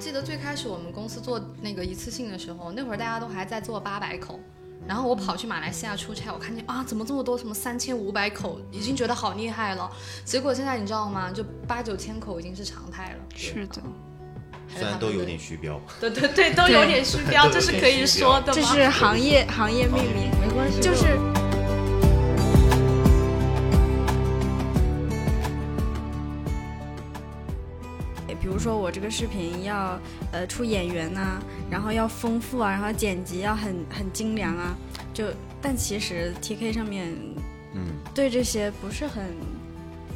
记得最开始我们公司做那个一次性的时候，那会儿大家都还在做八百口，然后我跑去马来西亚出差，我看见啊，怎么这么多什么三千五百口，已经觉得好厉害了。结果现在你知道吗？就八九千口已经是常态了。是的，还是他虽然们都有的点虚标，对对对，都有点 虚标，这是可以说的吗？这是行业行业命名，没关系，就是比如说我这个视频要呃出演员呐、然后要丰富啊，然后剪辑要很很精良啊，就但其实 T K 上面嗯，对这些不是很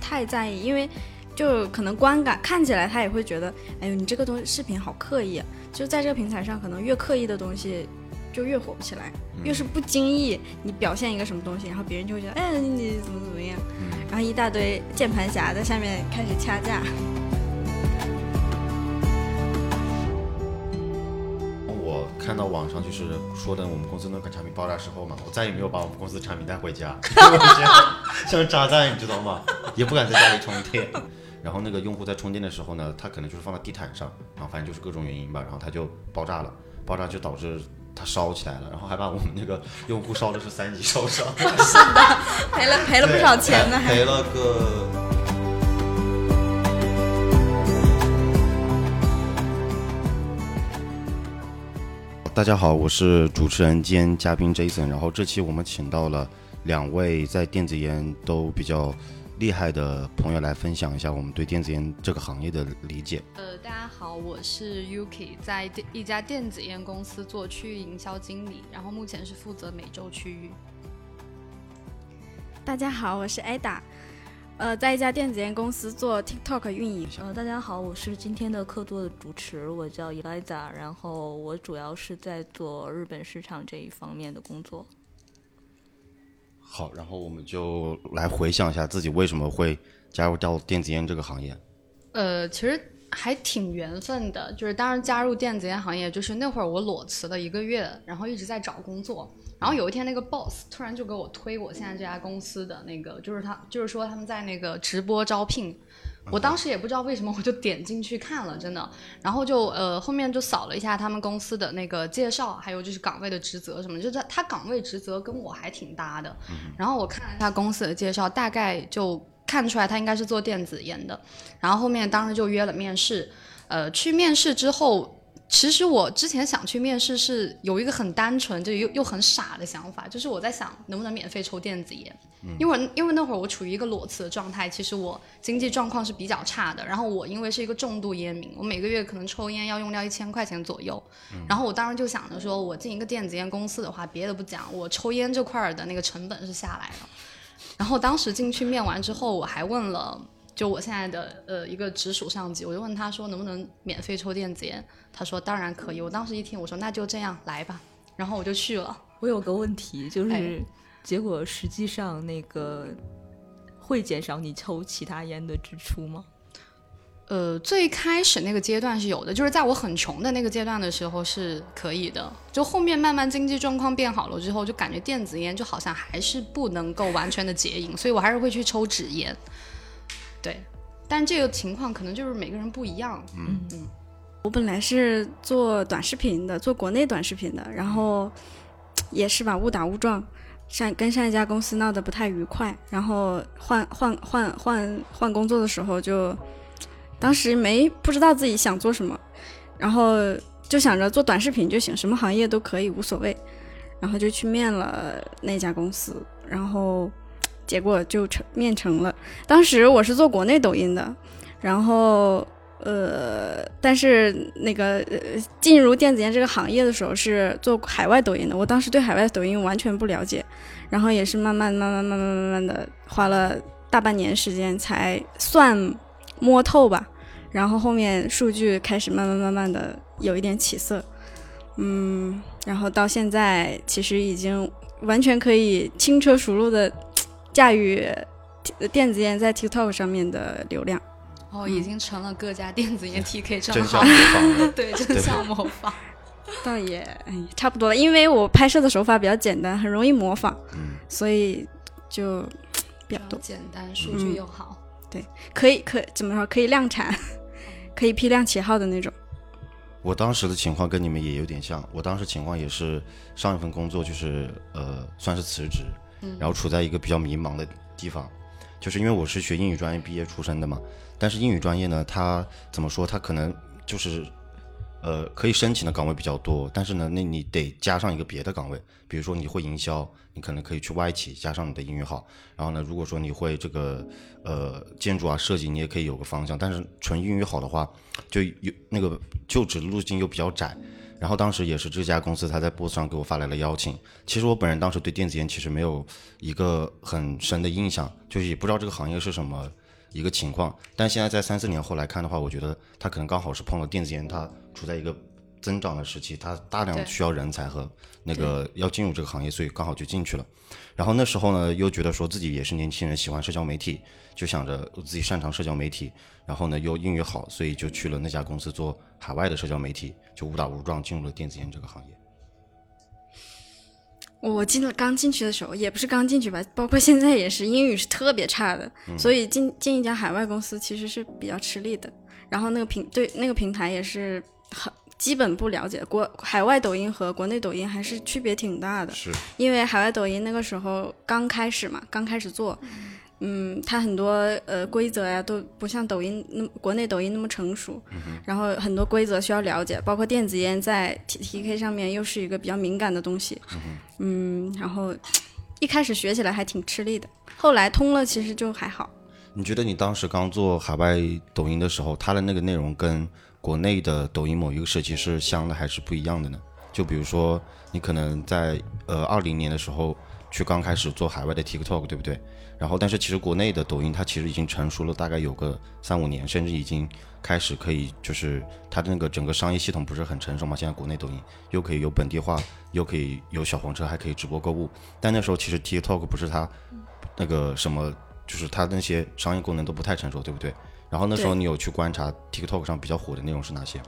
太在意，因为就可能观感看起来他也会觉得，哎呦你这个东视频好刻意、啊，就在这个平台上，可能越刻意的东西就越火不起来，嗯越是不经意你表现一个什么东西，然后别人就会觉得，哎你怎么怎么样，嗯然后一大堆键盘侠在下面开始掐 架。我看到网上就是说的我们公司那款产品爆炸之后嘛，我再也没有把我们公司产品带回家， 因为我觉得像炸弹，你知道吗？也不敢在家里充电。然后那个用户在充电的时候呢，他可能就是放在地毯上，然后反正就是各种原因吧，然后它就爆炸了，爆炸就导致它烧起来了，然后还把我们那个用户烧的是三级烧伤，赔了赔了不少钱呢，对还赔了个。大家好，我是主持人兼嘉宾 Jason。然后这期我们请到了两位在电子烟都比较厉害的朋友来分享一下我们对电子烟这个行业的理解。呃，大家好，我是 Yuki，在电一家电子烟公司做区域营销经理，然后目前是负责美洲区域。 大家好，我是 Ada，呃，在一家电子烟公司做 TikTok 运营。呃，大家好，我是今天的客座的主持，我叫 Eliza，然后我主要是在做日本市场这一方面的工作。好，然后我们就来回想一下自己为什么会加入到电子烟这个行业。呃，其实还挺缘分的，就是当时加入电子烟行业，就是那会儿我裸辞了一个月，然后一直在找工作，然后有一天那个 boss 突然就给我推我现在这家公司的那个，就是他就是说他们在那个直播招聘。我当时也不知道为什么，我就点进去看了，真的，然后就呃后面就扫了一下他们公司的那个介绍，还有就是岗位的职责什么，就是他他岗位职责跟我还挺搭的。然后我看了一下公司的介绍，大概就看出来他应该是做电子烟的。然后后面当时就约了面试，呃，去面试之后，其实我之前想去面试是有一个很单纯，就又又很傻的想法，就是我在想能不能免费抽电子烟，因为因为那会儿我处于一个裸辞的状态，其实我经济状况是比较差的，然后我因为是一个重度烟民，我每个月可能抽烟要用掉一千块钱左右，然后我当时就想着说，我进一个电子烟公司的话，别的不讲，我抽烟这块儿的那个成本是下来了。然后当时进去面完之后，我还问了，就我现在的呃一个直属上级，我就问他说能不能免费抽电子烟，他说当然可以。我当时一听，我说那就这样来吧，然后我就去了。我有个问题，就是、哎结果实际上那个会减少你抽其他烟的支出吗？呃，最开始那个阶段是有的，就是在我很穷的那个阶段的时候是可以的。就后面慢慢经济状况变好了之后，就感觉电子烟就好像还是不能够完全的解瘾，所以我还是会去抽纸烟。对，但这个情况可能就是每个人不一样。嗯我本来是做短视频的，做国内短视频的，然后也是吧，误打误撞，上跟上一家公司闹得不太愉快，然后换换换换换工作的时候就，当时没不知道自己想做什么，然后就想着做短视频就行，什么行业都可以无所谓，然后就去面了那家公司，然后结果就成面成了。当时我是做国内抖音的，然后呃，但是那个、呃、进入电子烟这个行业的时候是做海外抖音的，我当时对海外抖音完全不了解，然后也是慢慢慢慢慢慢慢慢的花了大半年时间才算摸透吧，然后后面数据开始慢慢慢慢的有一点起色，嗯，然后到现在其实已经完全可以轻车熟路的驾驭呃电子烟在 TikTok 上面的流量。哦，已经成了各家电子烟 TK 账嗯真号相，模仿了对，真相模仿。倒也哎差不多了，因为我拍摄的手法比较简单，很容易模仿，嗯所以就比较多，简单，数据又好。哦 可以可怎么说可以量产，可以批量起号的那种。我当时的情况跟你们也有点像，我当时情况也是上一份工作就是呃算是辞职，然后处在一个比较迷茫的地方，就是因为我是学英语专业毕业出身的嘛，但是英语专业呢，它怎么说，它可能就是呃可以申请的岗位比较多，但是呢，那你得加上一个别的岗位，比如说你会营销，你可能可以去外企加上你的英语好，然后呢，如果说你会这个呃建筑啊设计，你也可以有个方向，但是纯英语好的话，就有那个就职路径又比较窄。然后当时也是这家公司，他在 boss 上给我发来了邀请。其实我本人当时对电子烟其实没有一个很深的印象，就是也不知道这个行业是什么一个情况。但现在在三四年后来看的话，我觉得他可能刚好是碰了电子烟，它处在一个增长的时期，它大量对需要人才和那个要进入这个行业，所以刚好就进去了。然后那时候呢，又觉得说自己也是年轻人，喜欢社交媒体，就想着自己擅长社交媒体，然后呢又英语好，所以就去了那家公司做海外的社交媒体，就误打误撞进入了电子烟这个行业。我进了刚进去的时候，也不是刚进去吧，包括现在也是英语是特别差的， 所以进进一家海外公司其实是比较吃力的。然后那个平对那个平台也是很基本不了解，国海外抖音和国内抖音还是区别挺大的。是，因为海外抖音那个时候刚开始嘛，刚开始做，嗯，它很多呃规则呀都不像抖音那么国内抖音那么成熟，然后很多规则需要了解，包括电子烟在 T T K 上面又是一个比较敏感的东西，嗯，然后一开始学起来还挺吃力的，后来通了其实就还好。你觉得你当时刚做海外抖音的时候，它的那个内容跟国内的抖音某一个时期是相的还是不一样的呢？就比如说，你可能在呃二零年的时候去刚开始做海外的 TikTok，对不对？然后，但是其实国内的抖音它其实已经成熟了，大概有个三五年，甚至已经开始可以，就是它的那个整个商业系统不是很成熟嘛？现在国内抖音又可以有本地化，又可以有小黄车，还可以直播购物。但那时候其实 TikTok 不是它嗯那个什么就是它那些商业功能都不太成熟，对不对？然后那时候对你有去观察 TikTok 上比较火的内容是哪些吗？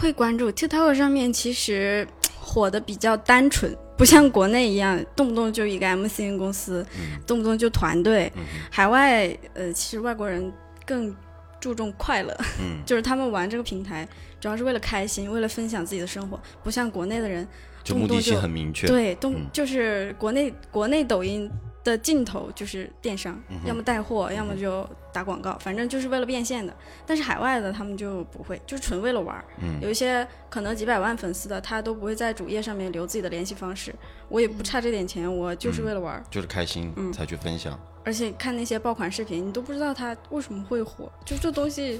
会关注 TikTok 上面其实火的比较单纯，不像国内一样动不动就一个 MCN 公司，动不动就团队。海外呃，其实外国人更注重快乐，嗯 就是他们玩这个平台主要是为了开心，为了分享自己的生活，不像国内的人就动目不的动性就很明确。对动、嗯就是国内国内抖音。的尽头就是电商，嗯哼要么带货，要么就打广告，反正就是为了变现的。但是海外的他们就不会，就是纯为了玩儿。嗯，有一些可能几百万粉丝的，他都不会在主页上面留自己的联系方式。我也嗯不差这点钱，我就是为了玩儿。就是开心嗯才去分享。而且看那些爆款视频，你都不知道他为什么会火，就这东西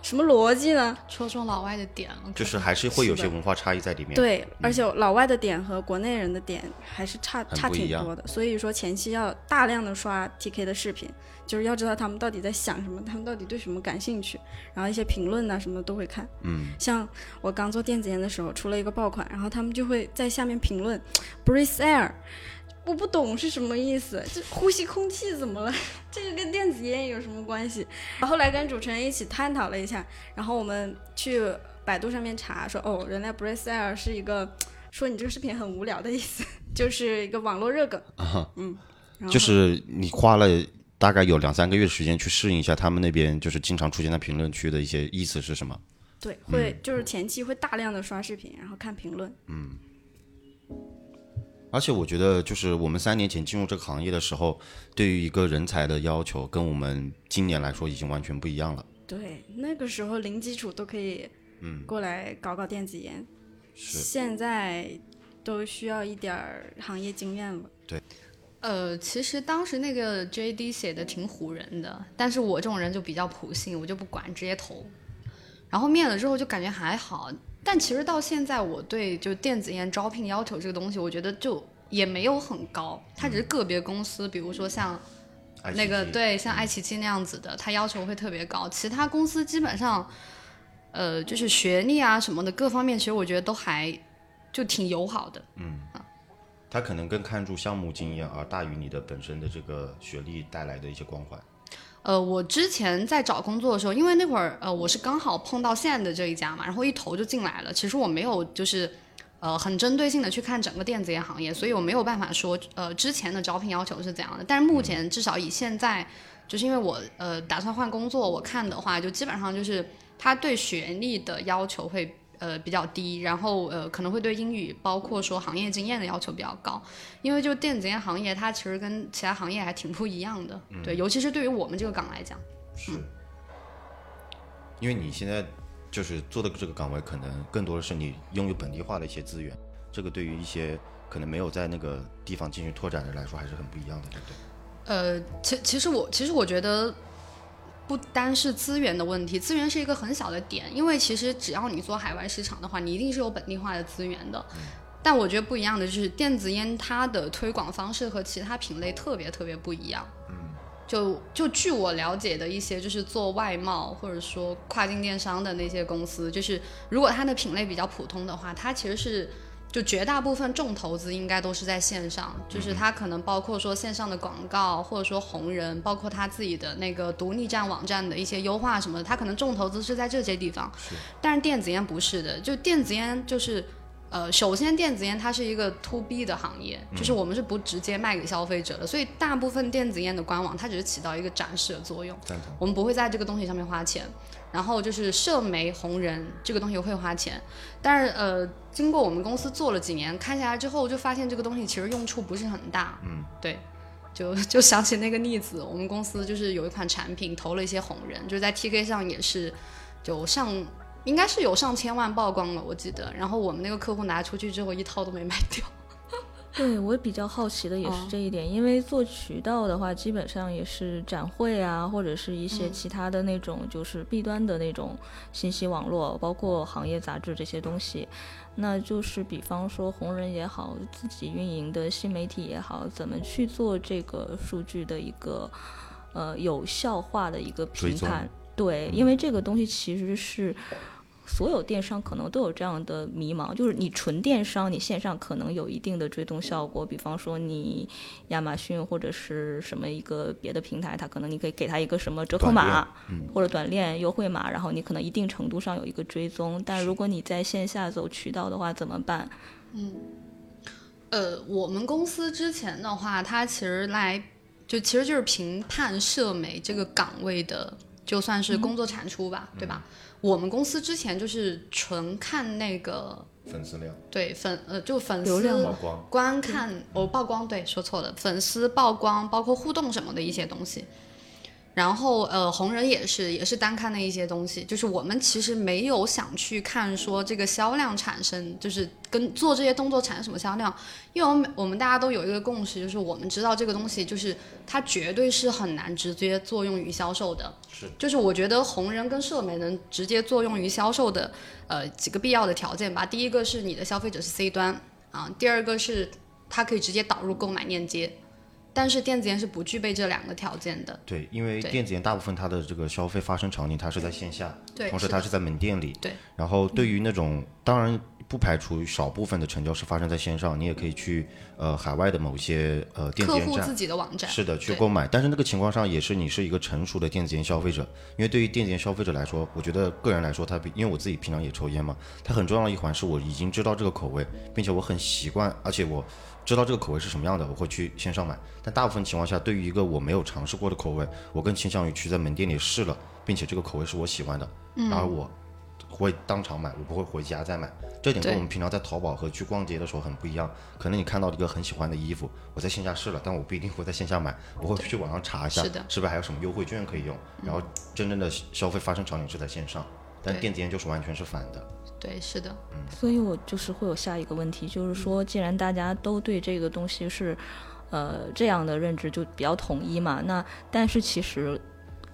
什么逻辑呢？戳中老外的点了，可就是还是会有些是的文化差异在里面。，嗯对，而且老外的点和国内人的点还是差很差不一挺样多的，所以说前期要大量的刷 TK 的视频，就是要知道他们到底在想什么，他们到底对什么感兴趣，然后一些评论呐、什么都会看。嗯，像我刚做电子烟的时候，出了一个爆款，然后他们就会在下面评论 “breathe air”，我不懂是什么意思，这呼吸空气怎么了？这个跟电子烟有什么关系？然后后来跟主持人一起探讨了一下，然后我们去百度上面查，说哦，原来 “breathe air” 是一个说你这个视频很无聊的意思， 就是一个网络热梗。嗯，然后啊就是你花了大概有两三个月的时间去适应一下他们那边就是经常出现在评论区的一些意思是什么。对，会嗯就是前期会大量的刷视频，然后看评论。而且我觉得，就是我们三年前进入这个行业的时候，对于一个人才的要求，跟我们今年来说已经完全不一样了。对，那个时候零基础都可以，嗯，过来搞搞电子烟。是现在都需要一点儿行业经验了。呃，其实当时那个 JD 写的挺唬人的，但是我这种人就比较普信，我就不管，直接投。然后面了之后就感觉还好，但其实到现在我对就电子烟招聘要求这个东西，我觉得就也没有很高，它只是个别公司，比如说像那个 ICT 对，像爱奇艺那样子的，它要求会特别高。其他公司基本上，呃，就是学历啊什么的各方面，其实我觉得都还就挺友好的。他可能更看重项目经验，而大于你的本身的这个学历带来的一些光环。呃，我之前在找工作的时候，因为那会儿呃，我是刚好碰到现在的这一家嘛，然后一投就进来了。其实我没有就是呃很针对性的去看整个电子烟行业，所以我没有办法说呃之前的招聘要求是怎样的。但是目前至少以现在，就是因为我呃打算换工作，我看的话就基本上就是。他对学历的要求会呃比较低，然后呃可能会对英语包括说行业经验的要求比较高，因为就电子烟行业它其实跟其他行业还挺不一样的，对，尤其是对于我们这个岗来讲，是，因为你现在就是做的这个岗位，可能更多的是你拥有本地化的一些资源，这个对于一些可能没有在那个地方进行拓展的人来说，还是很不一样的，对不对？呃，其其实我其实我觉得。不单是资源的问题，资源是一个很小的点，因为其实只要你做海外市场的话，你一定是有本地化的资源的。但我觉得不一样的就是电子烟它的推广方式和其他品类特别特别不一样。就就据我了解的一些，就是做外贸或者说跨境电商的那些公司，就是如果它的品类比较普通的话，它其实是就绝大部分重投资应该都是在线上，嗯就是它可能包括说线上的广告，或者说红人，包括它自己的那个独立站网站的一些优化什么的，它可能重投资是在这些地方。但是电子烟不是的，就电子烟就是。呃，首先，电子烟它是一个 to B 的行业，嗯就是我们是不直接卖给消费者的，所以大部分电子烟的官网它只是起到一个展示的作用，赞同。我们不会在这个东西上面花钱。然后就是社媒红人这个东西会花钱，但是呃，经过我们公司做了几年，看下来之后就发现这个东西其实用处不是很大。嗯，对，就 就想起那个例子，我们公司就是有一款产品投了一些红人，就是在 TK 上也是就上。应该是有上千万曝光了，我记得。然后我们那个客户拿出去之后，一套都没卖掉。对我比较好奇的也哦是这一点，因为做渠道的话，基本上也是展会啊，或者是一些其他的那种就是弊端的那种信息网络，包括行业杂志这些东西。那就是比方说红人也好，自己运营的新媒体也好，怎么去做这个数据的一个呃有效化的一个追评踪判。对，因为这个东西其实是所有电商可能都有这样的迷茫，就是你纯电商，你线上可能有一定的追踪效果，比方说你亚马逊或者是什么一个别的平台，它可能你可以给它一个什么折扣码、或者短链优惠码，然后你可能一定程度上有一个追踪。但如果你在线下走渠道的话，怎么办？呃，我们公司之前的话，它其实来就其实就是评判社媒这个岗位的，就算是工作产出吧，对吧？我们公司之前就是纯看那个粉丝量、对粉呃，就粉流丝量曝光，观看哦曝光，对，说错了，粉丝曝光，包括互动什么的一些东西。然后呃，红人也是也是单看的一些东西，就是我们其实没有想去看说这个销量产生，就是跟做这些动作产生什么销量，因为我们我们大家都有一个共识，就是我们知道这个东西就是它绝对是很难直接作用于销售的。是，就是我觉得红人跟社媒能直接作用于销售的呃几个必要的条件吧。第一个是你的消费者是 C 端啊，第二个是它可以直接导入购买链接，但是电子烟是不具备这两个条件的。对，因为对电子烟大部分它的这个消费发生场景，它是在线下，对同时是它的是在门店里，对。然后对于那种，当然不排除少部分的成交是发生在线上，你也可以去呃海外的某些呃电子客烟户站自己的网站是的，去对购买。但是那个情况上，也是你是一个成熟的电子烟消费者，因为对于电子烟消费者来说，我觉得个人来说，他比因为我自己平常也抽烟嘛，它很重要的一环是我已经知道这个口味，并且我很习惯，而且我知道这个口味是什么样的，我会去线上买。但大部分情况下，对于一个我没有尝试过的口味，我更倾向于去在门店里试了，并且这个口味是我喜欢的，然而我会当场买，我不会回家再买。这点跟对我们平常在淘宝和去逛街的时候很不一样。可能你看到一个很喜欢的衣服，我在线下试了，但我不一定会在线下买，我会去网上查一下，是的不是还有什么优惠券可以用。然后真正的消费发生场景是在线上，但对电子烟就是完全是反的。对，是的，嗯所以我就是会有下一个问题，就是说，既然大家都对这个东西是，呃，这样的认知就比较统一嘛，那但是其实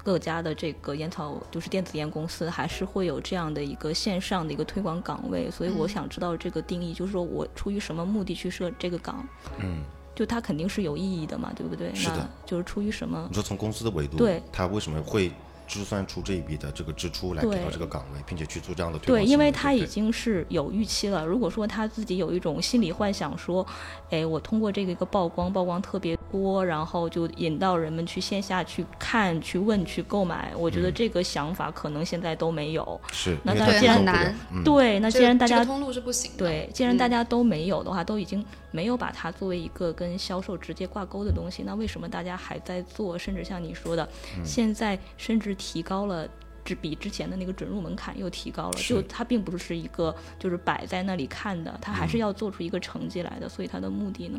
各家的这个烟草就是电子烟公司还是会有这样的一个线上的一个推广岗位，所以嗯我想知道这个定义，就是说我出于什么目的去设这个岗？嗯，就它肯定是有意义的嘛，对不对？是的那就是出于什么你？说从公司的维度，对它为什么会计算出这一笔的这个支出来给到对这个岗位，并且去做这样的推对，广行为？因为他对已经是有预期了。如果说他自己有一种心理幻想，说，哎，我通过这个一个曝光，曝光特别多，然后就引到人们去线下去看、去问、去购买，我嗯觉得这个想法可能现在都没有。是，那因为大它家承受很不了难嗯，对，那既然大这家个通路是不行的。嗯对，既然大家都没有的话，都已经没有把它作为一个跟销售直接挂钩的嗯东西，那为什么大家还在做？甚至像你说的，现在甚至提高了。只比之前的那个准入门槛又提高了，就它并不是一个就是摆在那里看的，它还嗯是要做出一个成绩来的，所以它的目的呢，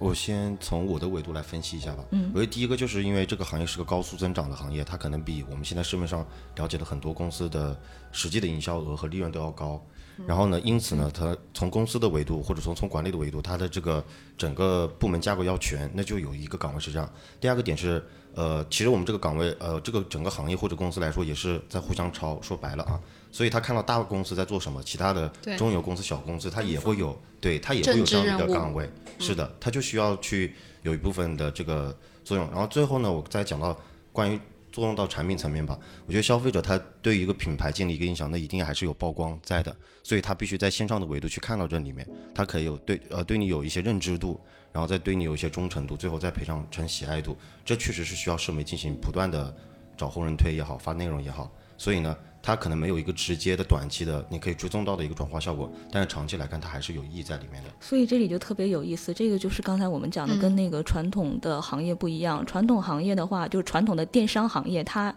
我先从我的维度来分析一下吧。嗯，我觉得第一个就是因为这个行业是个高速增长的行业，它可能比我们现在市面上了解的很多公司的实际的营销额和利润都要高。然后呢，因此呢，它从公司的维度或者从从管理的维度，它的这个整个部门架构要全，那就有一个岗位是这样。第二个点是，呃，其实我们这个岗位，呃，这个整个行业或者公司来说也是在互相抄。说白了啊，所以他看到大公司在做什么，其他的对中游公司、小公司，他也会有，对他也会有这样的一个岗位。是的，他就需要去有一部分的这个作用。然后最后呢，我再讲到关于作用到产品层面吧。我觉得消费者他对一个品牌建立一个印象，那一定还是有曝光在的，所以他必须在线上的维度去看到这里面，他可以有对呃对你有一些认知度，然后再对你有一些忠诚度，最后再赔上成喜爱度。这确实是需要社媒进行不断的找红人推也好，发内容也好。所以呢，它可能没有一个直接的短期的你可以追踪到的一个转化效果，但是长期来看，它还是有意义在里面的。所以这里就特别有意思，这个就是刚才我们讲的，跟那个传统的行业不一样。传统行业的话，就是传统的电商行业，它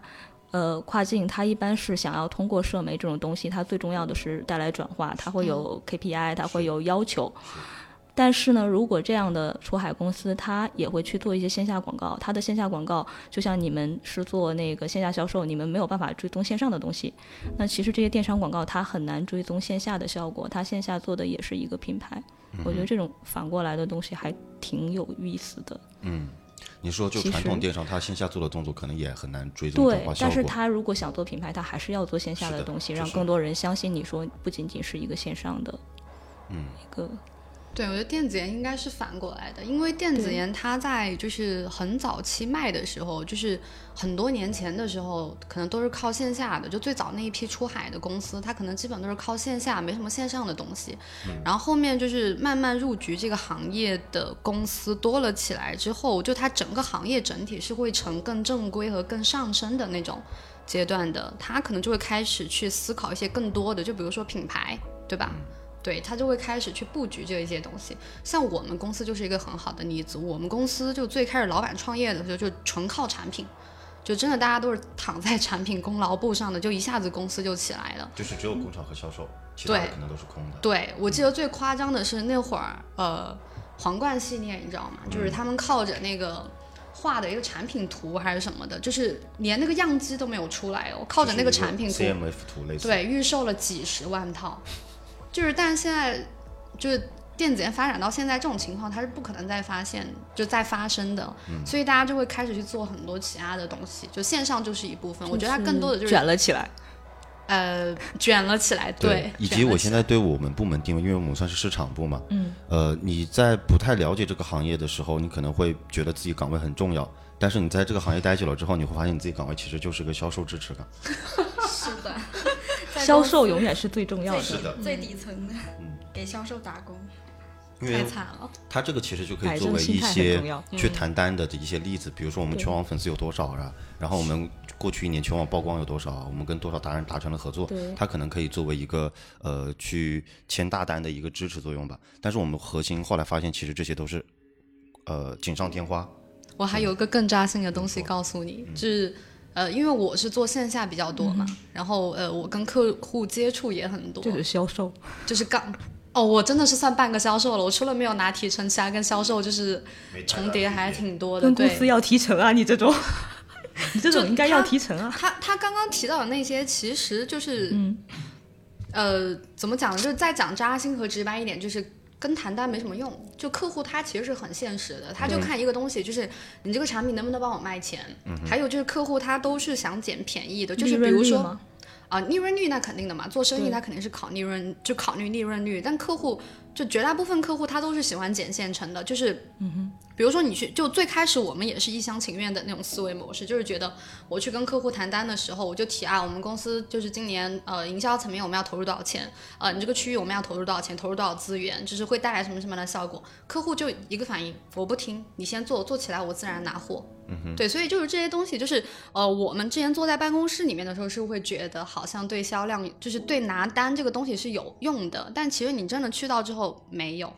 呃跨境，它一般是想要通过社媒这种东西，它最重要的是带来转化，它会有 KPI，它会有要求。但是呢，如果这样的出海公司，它也会去做一些线下广告。它的线下广告就像你们是做那个线下销售，你们没有办法追踪线上的东西。那其实这些电商广告它很难追踪线下的效果，它线下做的也是一个品牌。嗯我觉得这种反过来的东西还挺有意思的。你说就其传统实电商，它线下做的动作可能也很难追踪转对化，效但是果。他如果想做品牌，他还是要做线下是的东西，就让是更多人相信你说不仅仅是一个线上的，嗯，一个对，我觉得电子烟应该是反过来的，因为电子烟它在就是很早期卖的时候，就是很多年前的时候，可能都是靠线下的。就最早那一批出海的公司，它可能基本都是靠线下，没什么线上的东西。然后后面就是慢慢入局这个行业的公司多了起来之后，就它整个行业整体是会呈更正规和更上升的那种阶段的，它可能就会开始去思考一些更多的，就比如说品牌，对吧？对他就会开始去布局这一些东西。像我们公司就是一个很好的例子，我们公司就最开始老板创业的时候就纯靠产品，就真的大家都是躺在产品功劳簿上的，就一下子公司就起来了。就是只有工厂和销售，其他的对可能都是空的。对我记得最夸张的是那会儿，呃，皇冠系列你知道吗？就是他们靠着那个。画的一个产品图还是什么的，就是连那个样机都没有出来哦，靠着那个产品图 CMF 图类似。对，预售了几十万套，就是，但是现在就是电子烟发展到现在这种情况，它是不可能再发现就再发生的，嗯所以大家就会开始去做很多其他的东西，就线上就是一部分，我觉得它更多的就是卷了起来。呃卷了起来，对，以及我现在在对我们部门定位，因为我们算是市场部嘛，嗯，呃，你在不太了解这个行业的时候，你可能会觉得自己岗位很重要，但是你在这个行业待久了之后，你会发现你自己岗位其实就是个销售支持岗。是 的，销售永远是最重要的。是的嗯最底层的，给销售打工，因太为惨了，它这个其实就可摆以作正为心一态很些重要嗯去谈单的一些例子，比如说我们全网粉丝有多少啊，然后我们过去一年全网曝光有多少啊，我们跟多少达人达成了合作对，它可能可以作为一个呃去签大单的一个支持作用吧。但是我们核心后来发现，其实这些都是呃锦上添花，我还有一个更扎心的东嗯西告诉你，就是呃，因为我是做线下比较多嘛，然后呃，我跟客户接触也很多，这是销售，就是刚哦，我真的是算半个销售了，我除了没有拿提成，其他跟销售就是重叠还挺多的，跟公对。司要提成啊！你这 种，你这种就应该要他提成啊！他他刚刚提到的那些，其实就是，嗯呃，怎么讲呢？就是再讲扎心和直白一点，就是跟谈单没什么用。就客户他其实是很现实的，他就看一个东西，就是你这个产品能不能帮我卖钱。还有就是客户他都是想捡便宜的，就是比如嗯利润率说吗啊，利润率那肯定的嘛，做生意对他肯定是考利润，就考虑利润率。但客户就绝大部分客户他都是喜欢捡现成的，就是，嗯哼，比如说你去，就最开始我们也是一厢情愿的那种思维模式，就是觉得我去跟客户谈单的时候，我就提啊，我们公司就是今年呃营销层面我们要投入多少钱，呃，你这个区域我们要投入多少钱，投入多少资源，就是会带来什么什么样的效果。客户就一个反应，我不听，你先做，做起来我自然拿货。对，所以就是这些东西，就是呃，我们之前坐在办公室里面的时候，是会觉得好像对销量，就是对拿单这个东西是有用的，但其实你真的去到之后没有，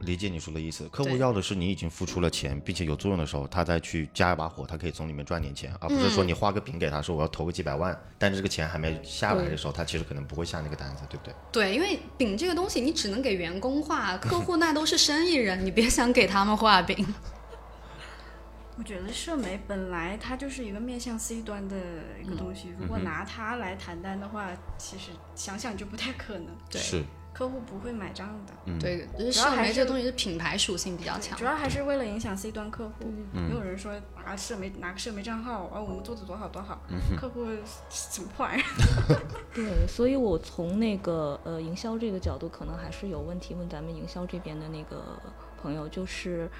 理解你说的意思，客户要的是你已经付出了钱，并且有作用的时候，他再去加一把火，他可以从里面赚点钱，而不是说你花个饼给他说我要投个几百万，但是这个钱还没下来的时候，他其实可能不会下那个单子，对不对？对，因为饼这个东西你只能给员工画，客户那都是生意人，你别想给他们画饼。我觉得社媒本来它就是一个面向 C 端的一个东西，嗯如果拿它来谈单的话，其实想想就不太可能，对是，客户不会买账的。 对，就是主要社还媒这是东西是品牌属性比较强主。要还是为了影响 C 端客户，也有人说啊，社媒拿个社媒账号，啊，我们做的多好多好，客户什么破玩意儿？对，所以我从那个呃营销这个角度，可能还是有问题问咱们营销这边的那个朋友，就是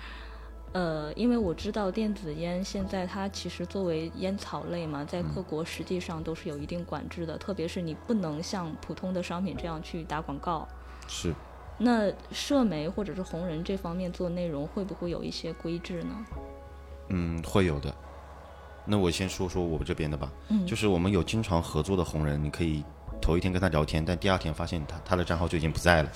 呃，因为我知道电子烟现在它其实作为烟草类嘛，在嗯各国实际上都是有一定管制的，特别是你不能像普通的商品这样去打广告。是，那社媒或者是红人这方面做内容，会不会有一些规制呢？嗯，会有的。那我先说说我这边的吧，就是我们有经常合作的红人，你可以头一天跟他聊天，但第二天发现他他的账号就已经不在了。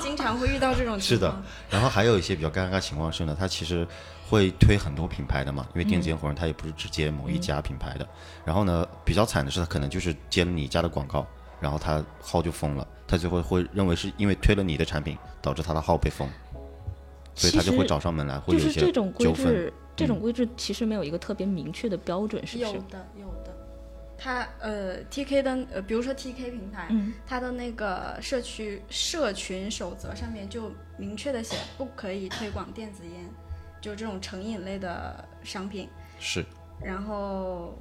经常会遇到这种是情的况。，然后还有一些比较尴尬情况是呢，它其实会推很多品牌的嘛，因为电子烟火人它也不是只接某一家品牌嗯的。然后呢，比较惨的是他可能就是接了你家的广告，然后他号就封了，他最后会认为是因为推了你的产品导致他的号被封，所以他就会找上门来，会就有一是些这种规纠纷。嗯制，这种规制其实没有一个特别明确的标准，是不有是？的，有的。他呃，TK 的呃，比如说 TK 平台，嗯它的那个社区社群守则上面就明确的写不可以推广电子烟，就这种成瘾类的商品。是，然后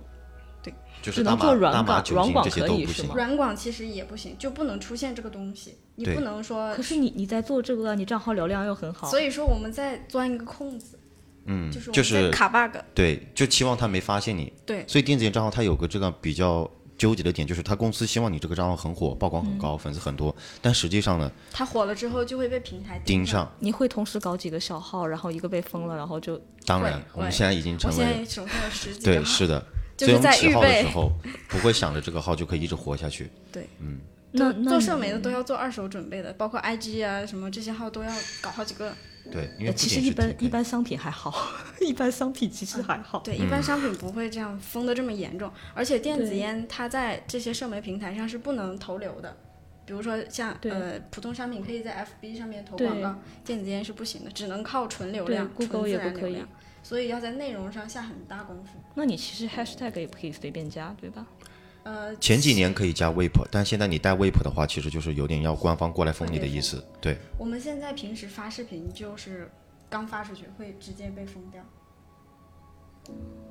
就是只大能麻做、软大麻、广酒软精广这些可都以不是行吗。软广其实也不行，就不能出现这个东西，你对不能说可是你你在做这个，你账号流量又很好，所以以说我们在钻一个空子，嗯，就是我就们在是卡 bug，对，就期望他没发现你。对所以电子烟账号它有个这个比较纠结的点，就是他公司希望你这个账号很火，曝光很嗯高，粉丝很多，但实际上呢，它火了之后就会被平台盯上。你会同时搞几个小号，然后一个被封了，然后就当会然，我们会现在已经我成现在为手上有十几对，个，是的， 就所是以我们在起预号的时备，候，不会想着这个号就可以一直活下去。对，那做那社媒你的都要做二手准备的，包括 IG 啊什么这些号都要搞好几个。对，呃因为不呃其实仅一是般体一内般商品还好， 一般商品其实还好。对，一嗯般商品不会这样封的这么严重，而且电子对烟它在这些社媒平台上是不能投流的。比如说像对呃普通商品可以在 FB 上面投对广告，电子烟是不行的，只能靠纯 流对量、纯，Google 自也然不流可以量，所以要在内容上下很大功夫。那你其实 hashtag 也不可以随便加，对吧？呃，前几年可以加 Web，但现在你带 Web 的话，其实就是有点要官方过来封你的意思。对，我们现在平时发视频就是刚发出去会直接被封掉，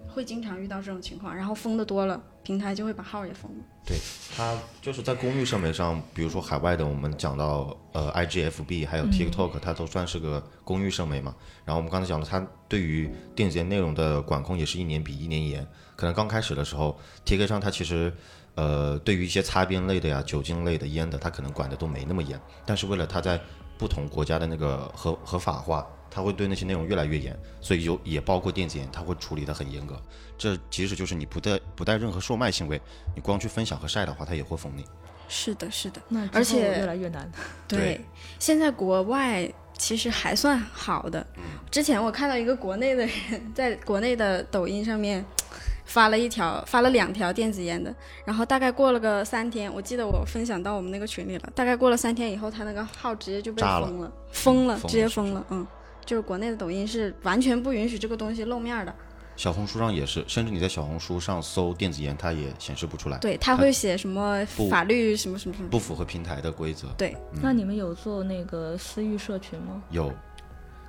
会经常遇到这种情况，然后封的多了，平台就会把号也封了。对，它就是在公域社媒上，比如说海外的，我们讲到呃 IGFB 还有 TikTok，、它都算是个公域社媒嘛。然后我们刚才讲了，它对于电子烟内容的管控也是一年比一年严。可能刚开始的时候，TK 上它其实呃对于一些擦边类的呀、酒精类的烟的，它可能管的都没那么严。但是为了它在不同国家的那个合合法化，它会对那些内容越来越严，所以有也包括电子烟，它会处理的很严格。这即使就是你不带不带任何售卖行为，你光去分享和晒的话，它也会封你。是的，是的，那而且越来越难。对。对现在国外其实还算好的。嗯之前我看到一个国内的人在国内的抖音上面发了一条，发了两条电子烟的，然后大概过了个三天，我记得我分享到我们那个群里了。大概过了三天以后，他那个号直接就被炸了封了，封了，封了直接是不封了，嗯。就是国内的抖音是完全不允许这个东西露面的，小红书上也是，甚至你在小红书上搜电子烟，它也显示不出来，对，他会写什么不法律什么什么什么，不符合平台的规则。对，那你们有做那个私域社群吗？有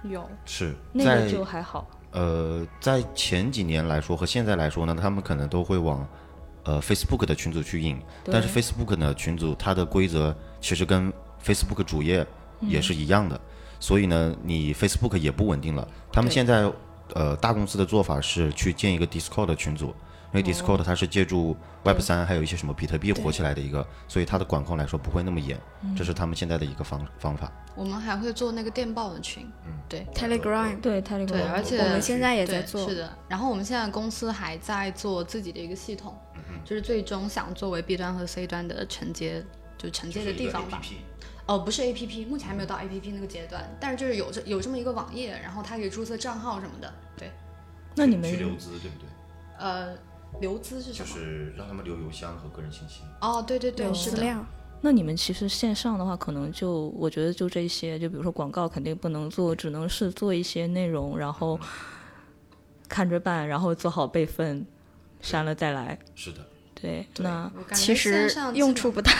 有，是那在个就还好。呃，在前几年来说和现在来说呢，他们可能都会往呃 Facebook 的群组去引，对但是 Facebook 呢群组它的规则其实跟 Facebook 主页嗯也是一样的，所以呢，你 Facebook 也不稳定了。他们对现在呃大公司的做法是去建一个 Discord 的群组。哦因为 Discord 它是借助 Web 三还有一些什么比特币火起来的一个，所以它的管控来说不会那么严，嗯这是他们现在的一个方方法。我们还会做那个电报的群，对 Telegram，对，它这对，个而且我们现在也对在做，是的。然后我们现在公司还在做自己的一个系统，就是最终想作为 B 端和 C 端的承接，就承接的地方吧。呃，不是 A P P，目前还没有到 A P P 那个阶段，但是就是有这有这么一个网页，然后它可以注册账号什么的。对，那你去留们资，对不对？呃，留资是什就么？是让他们留邮箱和个人信息。哦，对对对，有是资的，料，那你们其实线上的话，可能就我觉得就这些，就比如说广告肯定不能做，只能是做一些内容，然后看着办，然后做好备份，删了再来。是的，对，对那我感觉其线实上用基处不大。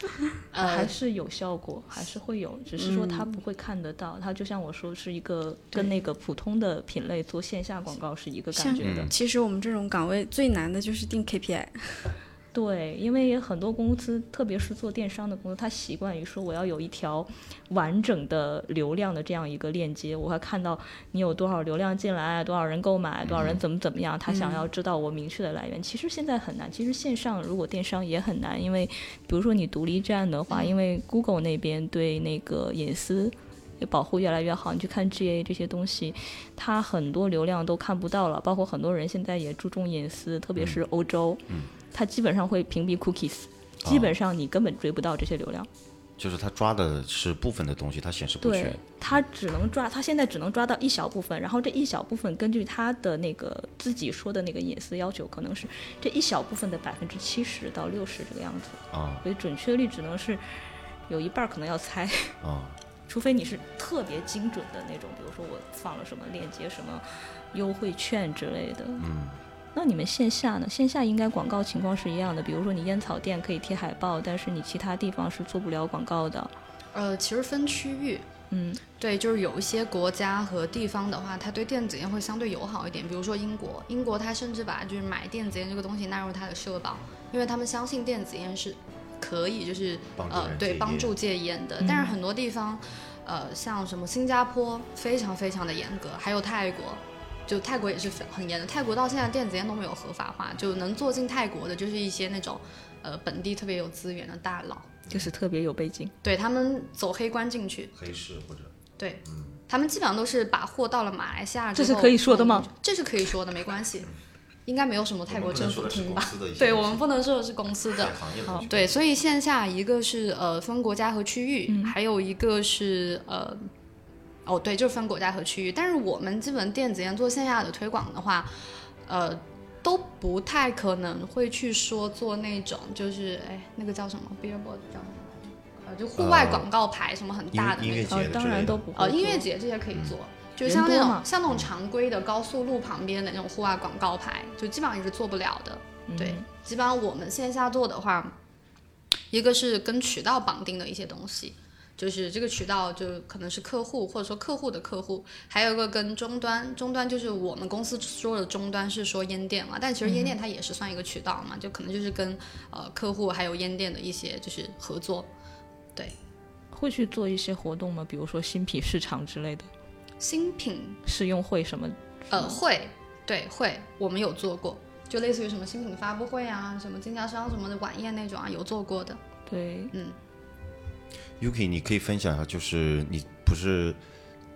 本呃还是有效果，还是会有，只是说他不会看得到。他就像我说，是一个跟那个普通的品类做线下广告是一个感像觉的。嗯其实我们这种岗位最难的就是定 KPI， 对，因为很多公司，特别是做电商的公司，他习惯于说我要有一条完整的流量的这样一个链接，我还看到你有多少流量进来，多少人购买，多少人怎么怎么样，他想要知道我明确的来源。其实现在很难，其实线上如果电商也很难，因为比如说你独立站的话，因为 Google 那边对那个隐私。保护越来越好，你去看 GA 这些东西，它很多流量都看不到了，包括很多人现在也注重隐私，特别是欧洲，它基本上会屏蔽 cookies，哦基本上你根本追不到这些流量。啊就是他抓的是部分的东西，他显示不对全。，它只能抓，它现在只能抓到一小部分，然后这一小部分根据它的那个自己说的那个隐私要求，可能是这一小部分的百分之七十到六十这个样子，啊所以准确率只能是有一半儿可能要猜。啊，除非你是特别精准的那种，比如说我放了什么链接、什么优惠券之类的。嗯，那你们线下呢？线下应该广告情况是一样的，比如说你烟草店可以贴海报，但是你其他地方是做不了广告的。呃，其实分区域，嗯，对，就是有一些国家和地方的话，它对电子烟会相对友好一点。比如说英国，英国它甚至把就是买电子烟这个东西纳入它的社保，因为他们相信电子烟是可以就是帮助呃人戒对烟嗯帮助戒烟的。但是很多地方，呃，像什么新加坡非常非常的严格，还有泰国。就泰国也是很严的，泰国到现在电子烟都没有合法化，就能做进泰国的，就是一些那种，呃，本地特别有资源的大佬，就是特别有背景，对他们走黑关进去，黑市或者对，他们基本上都是把货到了马来西亚之后，嗯这是可以说的吗？这是可以说的，没关系，应该没有什么泰国政府听吧我们不能说的是 公对我们不能说的是公司的一？些司的在，行业的对，所以线下一个是呃分国家和区域，嗯还有一个是呃。哦，对，就是分国家和区域。但是我们基本电子烟做线下的推广的话，呃，都不太可能会去说做那种就是哎那个叫什么 billboard 叫什么来着，呃，就户外呃广告牌什么很音大的音那乐种。节呃的，当之类然的都不哦，会做。音乐节这些可以做，就是嗯人像那多种嘛像那种常规的高速路旁边的那种户外广告牌，就基本上也是做不了的。嗯对，基本上我们线下做的话，一个是跟渠道绑定的一些东西。就是这个渠道，就可能是客户，或者说客户的客户，还有一个跟终端，终端就是我们公司说的终端是说烟店嘛，但其实烟店它也是算一个渠道嘛，就可能就是跟呃客户还有烟店的一些就是合作，对，会去做一些活动吗？比如说新品市场之类的新品试用会什么？呃，会，对，会，我们有做过，就类似于什么新品发布会啊，什么经销商什么的晚宴那种啊，有做过的。嗯对， Yuki，你可以分享一下，就是你不是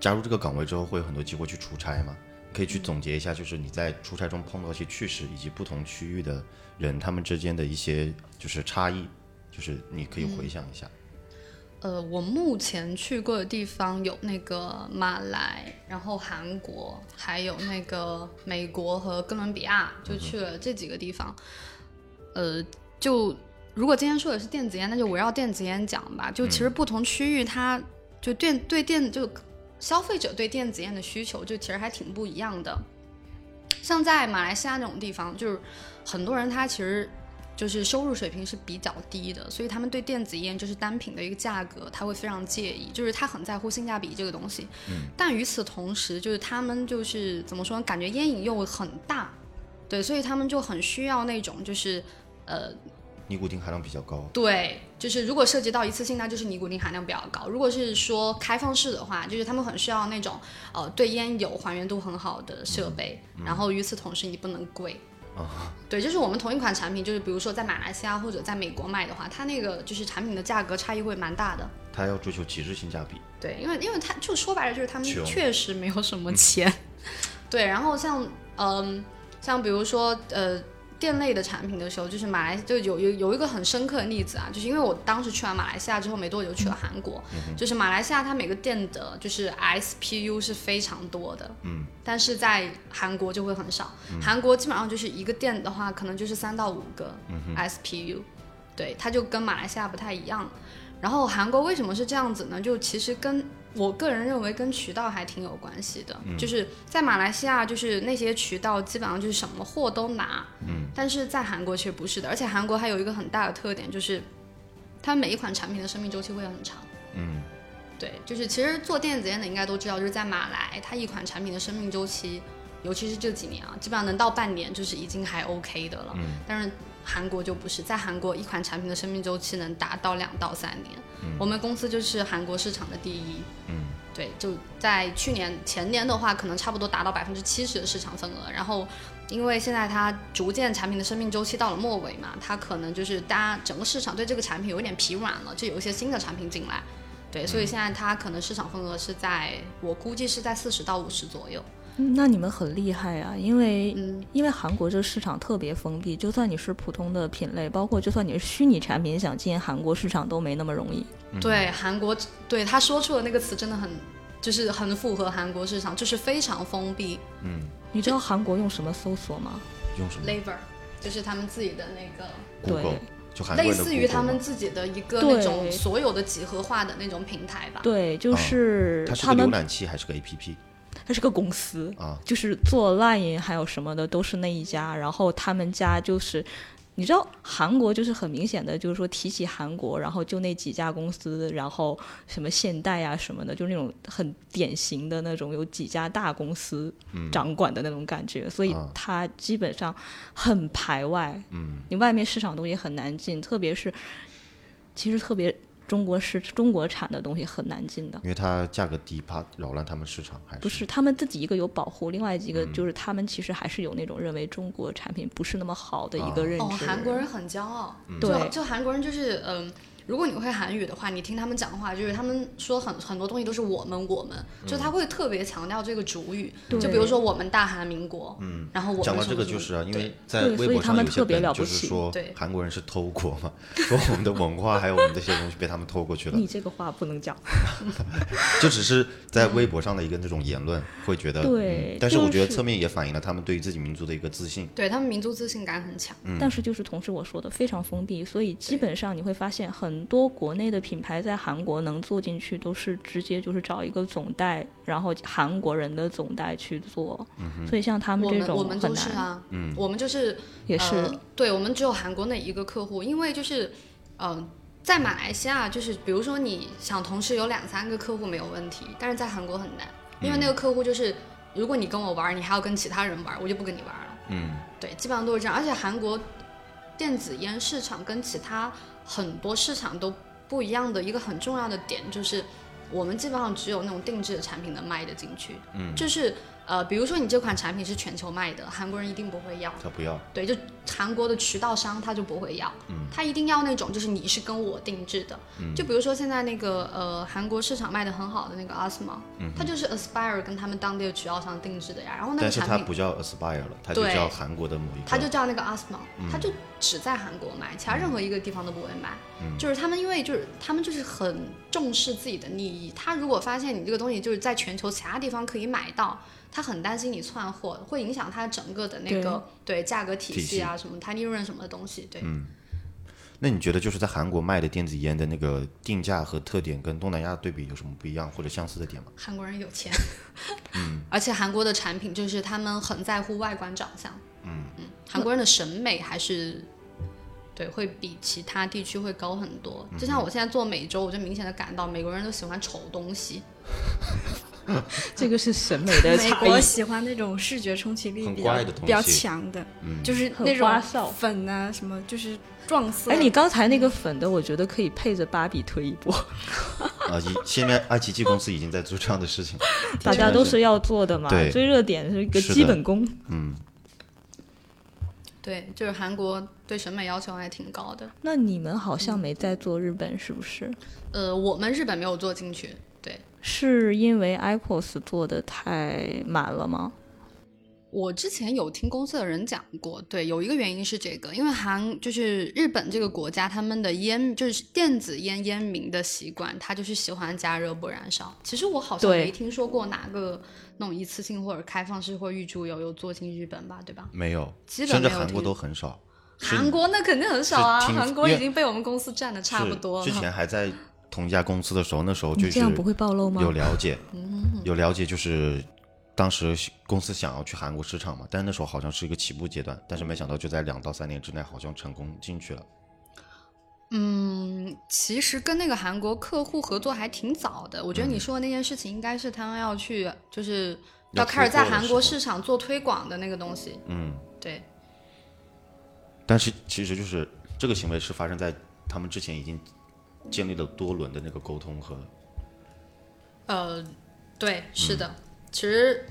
加入这个岗位之后会有很多机会去出差吗？可以嗯去总结一下，就是你在出差中碰到一些趣事，以及不同区域的人他们之间的一些就是差异，就是你可以嗯回想一下。呃，我目前去过的地方有那个马来，然后韩国，还有那个美国和哥伦比亚，就去了这几个地方。呃，就如果今天说的是电子烟，那就围绕电子烟讲吧。就其实不同区域它就电对电就消费者对电子烟的需求，就其实还挺不一样的。像在马来西亚那种地方，就是很多人他其实就是收入水平是比较低的，所以他们对电子烟就是单品的一个价格，他会非常介意，就是他很在乎性价比这个东西。嗯、但与此同时，就是他们就是怎么说呢，感觉烟瘾又很大，对，所以他们就很需要那种就是呃尼古丁含量比较高，对，就是如果涉及到一次性，那就是尼古丁含量比较高；如果是说开放式的话，就是他们很需要那种呃对烟油还原度很好的设备，然后与此同时你不能贵。啊对，就是我们同一款产品，就是比如说在马来西亚或者在美国卖的话，它那个就是产品的价格差异会蛮大的。他要追求极致性价比。对，因为因为他就说白了就是他们穷确实 嗯没有什么钱，对，然后像嗯、像比如说呃电类的产品的时候，就是马来就有有有一个很深刻的例子啊，就是因为我当时去完马来西亚之后没多久就去了韩国，嗯就是马来西亚它每个店的就是 SPU 是非常多的，嗯，但是在韩国就会很少，韩国基本上就是一个店的话，可能就是三到五个嗯 SPU，、对，它就跟马来西亚不太一样。然后韩国为什么是这样子呢？就其实跟我个人认为跟渠道还挺有关系的，嗯就是在马来西亚，就是那些渠道基本上就是什么货都拿，嗯，但是在韩国其实不是的，而且韩国还有一个很大的特点就是，它每一款产品的生命周期会很长。嗯对，就是其实做电子烟的应该都知道，就是在马来，它一款产品的生命周期，尤其是这几年啊，基本上能到半年就是已经还 OK 的了。嗯但是韩国就不是，在韩国一款产品的生命周期能达到两到三年。我们公司就是韩国市场的第一。嗯对，就在去年前年的话，可能差不多达到百分之七十的市场份额。然后，因为现在它逐渐产品的生命周期到了末尾嘛，它可能就是大家整个市场对这个产品有一点疲软了，就有一些新的产品进来。对，所以现在它可能市场份额是在，我估计是在四十到五十左右。嗯那你们很厉害啊，因为、嗯因为韩国这个市场特别封闭，就算你是普通的品类，包括就算你是虚拟产品，想进韩国市场都没那么容易。嗯对，韩国对他说出的那个词真的很，就是很符合韩国市场，就是非常封闭嗯，你知道韩国用什么搜索吗？用什么 l a b o r 就是他们自己的那个。 ？Google 对就嗯韩国类人的似于 Google 他们吗自己的一个对那种所有的集合化的那种平台吧。对，就是哦它是他个浏们，览器还是个 APP 它是个公司，啊？就是做 Line 还有什么的都是那一家，然后他们家就是。你知道韩国就是很明显的，就是说提起韩国，然后就那几家公司，然后什么现代啊什么的，就是那种很典型的那种有几家大公司掌管的那种感觉，所以嗯啊它基本上很排外。嗯你外面市场东西很难进，特别是其实特别中国是中国产的东西很难进的。因为它价格低，怕扰乱他们市场，还是不是他们自己一个有保护，另外一个就是他们其实还是有那种认为中国产品不是那么好的一个认知。哦，韩国人很骄傲，嗯就对就韩国人就是嗯。如果你会韩语的话，你听他们讲话，就是他们说很很多东西都是我们我们，嗯就他会特别强调这个主语，对就比如说我们大韩民国，嗯，然后我们讲到什这么个什就么是啊，因对为在对微所以博他上有一们些特别梗了不就是起说对韩国人是偷国嘛， 说我们的文化还有我们这些东西被他们偷过去了你，这个话不能讲。这只是在微博上的一个那种言论，会觉得嗯对嗯但是我觉得就是侧面也反映了他们对于自己民族的一个自信。对他们民族自信感很强， 但是就是同时我说的非常封闭，所以基本上你会发现很多国内的品牌在韩国能做进去，都是直接就是找一个总代，然后韩国人的总代去做。所以像他们我这们种我很们难，就是啊，嗯，我们就是也是、呃、对我们只有韩国那一个客户，因为就是，呃，在马来西亚就是，比如说你想同时有两三个客户没有问题，但是在韩国很难，因为那个客户就是，如果你跟我玩，你还要跟其他人玩，我就不跟你玩了。嗯，对，基本上都是这样，而且韩国电子烟市场跟其他很多市场都不一样的一个很重要的点就是，我们基本上只有那种定制的产品能卖得进去。嗯，就是呃，比如说你这款产品是全球卖的，韩国人一定不会要。他不要，对，就韩国的渠道商他就不会要，嗯他一定要那种就是你是跟我定制的，就比如说现在那个呃韩国市场卖的很好的那个 Asma，、它就是 Aspire 跟他们当地的渠道商定制的呀，然后那个嗯但是他产品不叫 Aspire 了，他就对叫韩国的某一个，它就叫那个 Asma，、它就只在韩国卖，其他任何一个地方都不会卖，就是他们因为就是他们就是很重视自己的利益，他如果发现你这个东西就是在全球其他地方可以买到。他很担心你窜货，会影响他整个的那个对价格体体系啊，什么他利润什么的东西，对，那你觉得就是在韩国卖的电子烟的那个定价和特点跟东南亚对比有什么不一样或者相似的点吗？韩国人有钱， 而且韩国的产品就是他们很在乎外观长相，嗯韩国人的审美还是对会比其他地区会高很多。就像我现在做美洲，我就明显的感到美国人都喜欢丑东西，这个是审美 的美差国异。喜欢那种视觉冲击力很比怪较的东西嗯比较强的，就是很那花哨种粉啊什么，就是撞色。哎，你刚才那个粉的，我觉得可以配着芭比推一波，啊，以现在爱奇艺公司已经在做这样的事情了，大家都是要做的嘛对，追热点是一个是的基本功。嗯对，就是韩国对审美要求还挺高的。那你们好像没在做日本，是不是？呃，我们日本没有做进去，对，是因为 IQOS 做的太满了吗？我之前有听公司的人讲过，对，有一个原因是这个，因为韩就是日本这个国家，他们的烟就是电子烟烟民的习惯，他就是喜欢加热不燃烧。其实我好像对没听说过哪个那种一次性或者开放式或者预祝油有做进日本吧，对吧？没有，基甚本至没有韩国听都很少。是韩国那肯定很少啊，是听韩国因已为经被我们公司占的差不是多了。之前还在同一家公司的时候，那时候就你是这样不会暴露吗嗯有了 解，有了解，就是当时公司想要去韩国市场嘛，但是那时候好像是一个起步阶段，但是没想到就在两到三年之内，好像成功进去了。嗯，其实跟那个韩国客户合作还挺早的。我觉得嗯你说的那件事情，应该是他们要去，就是要要开始在推广的韩国时候市场做推广的那个东西。嗯，对，但是其实就是这个行为是发生在他们之前已经建立了多轮的那个沟通和呃，对，是的。嗯其实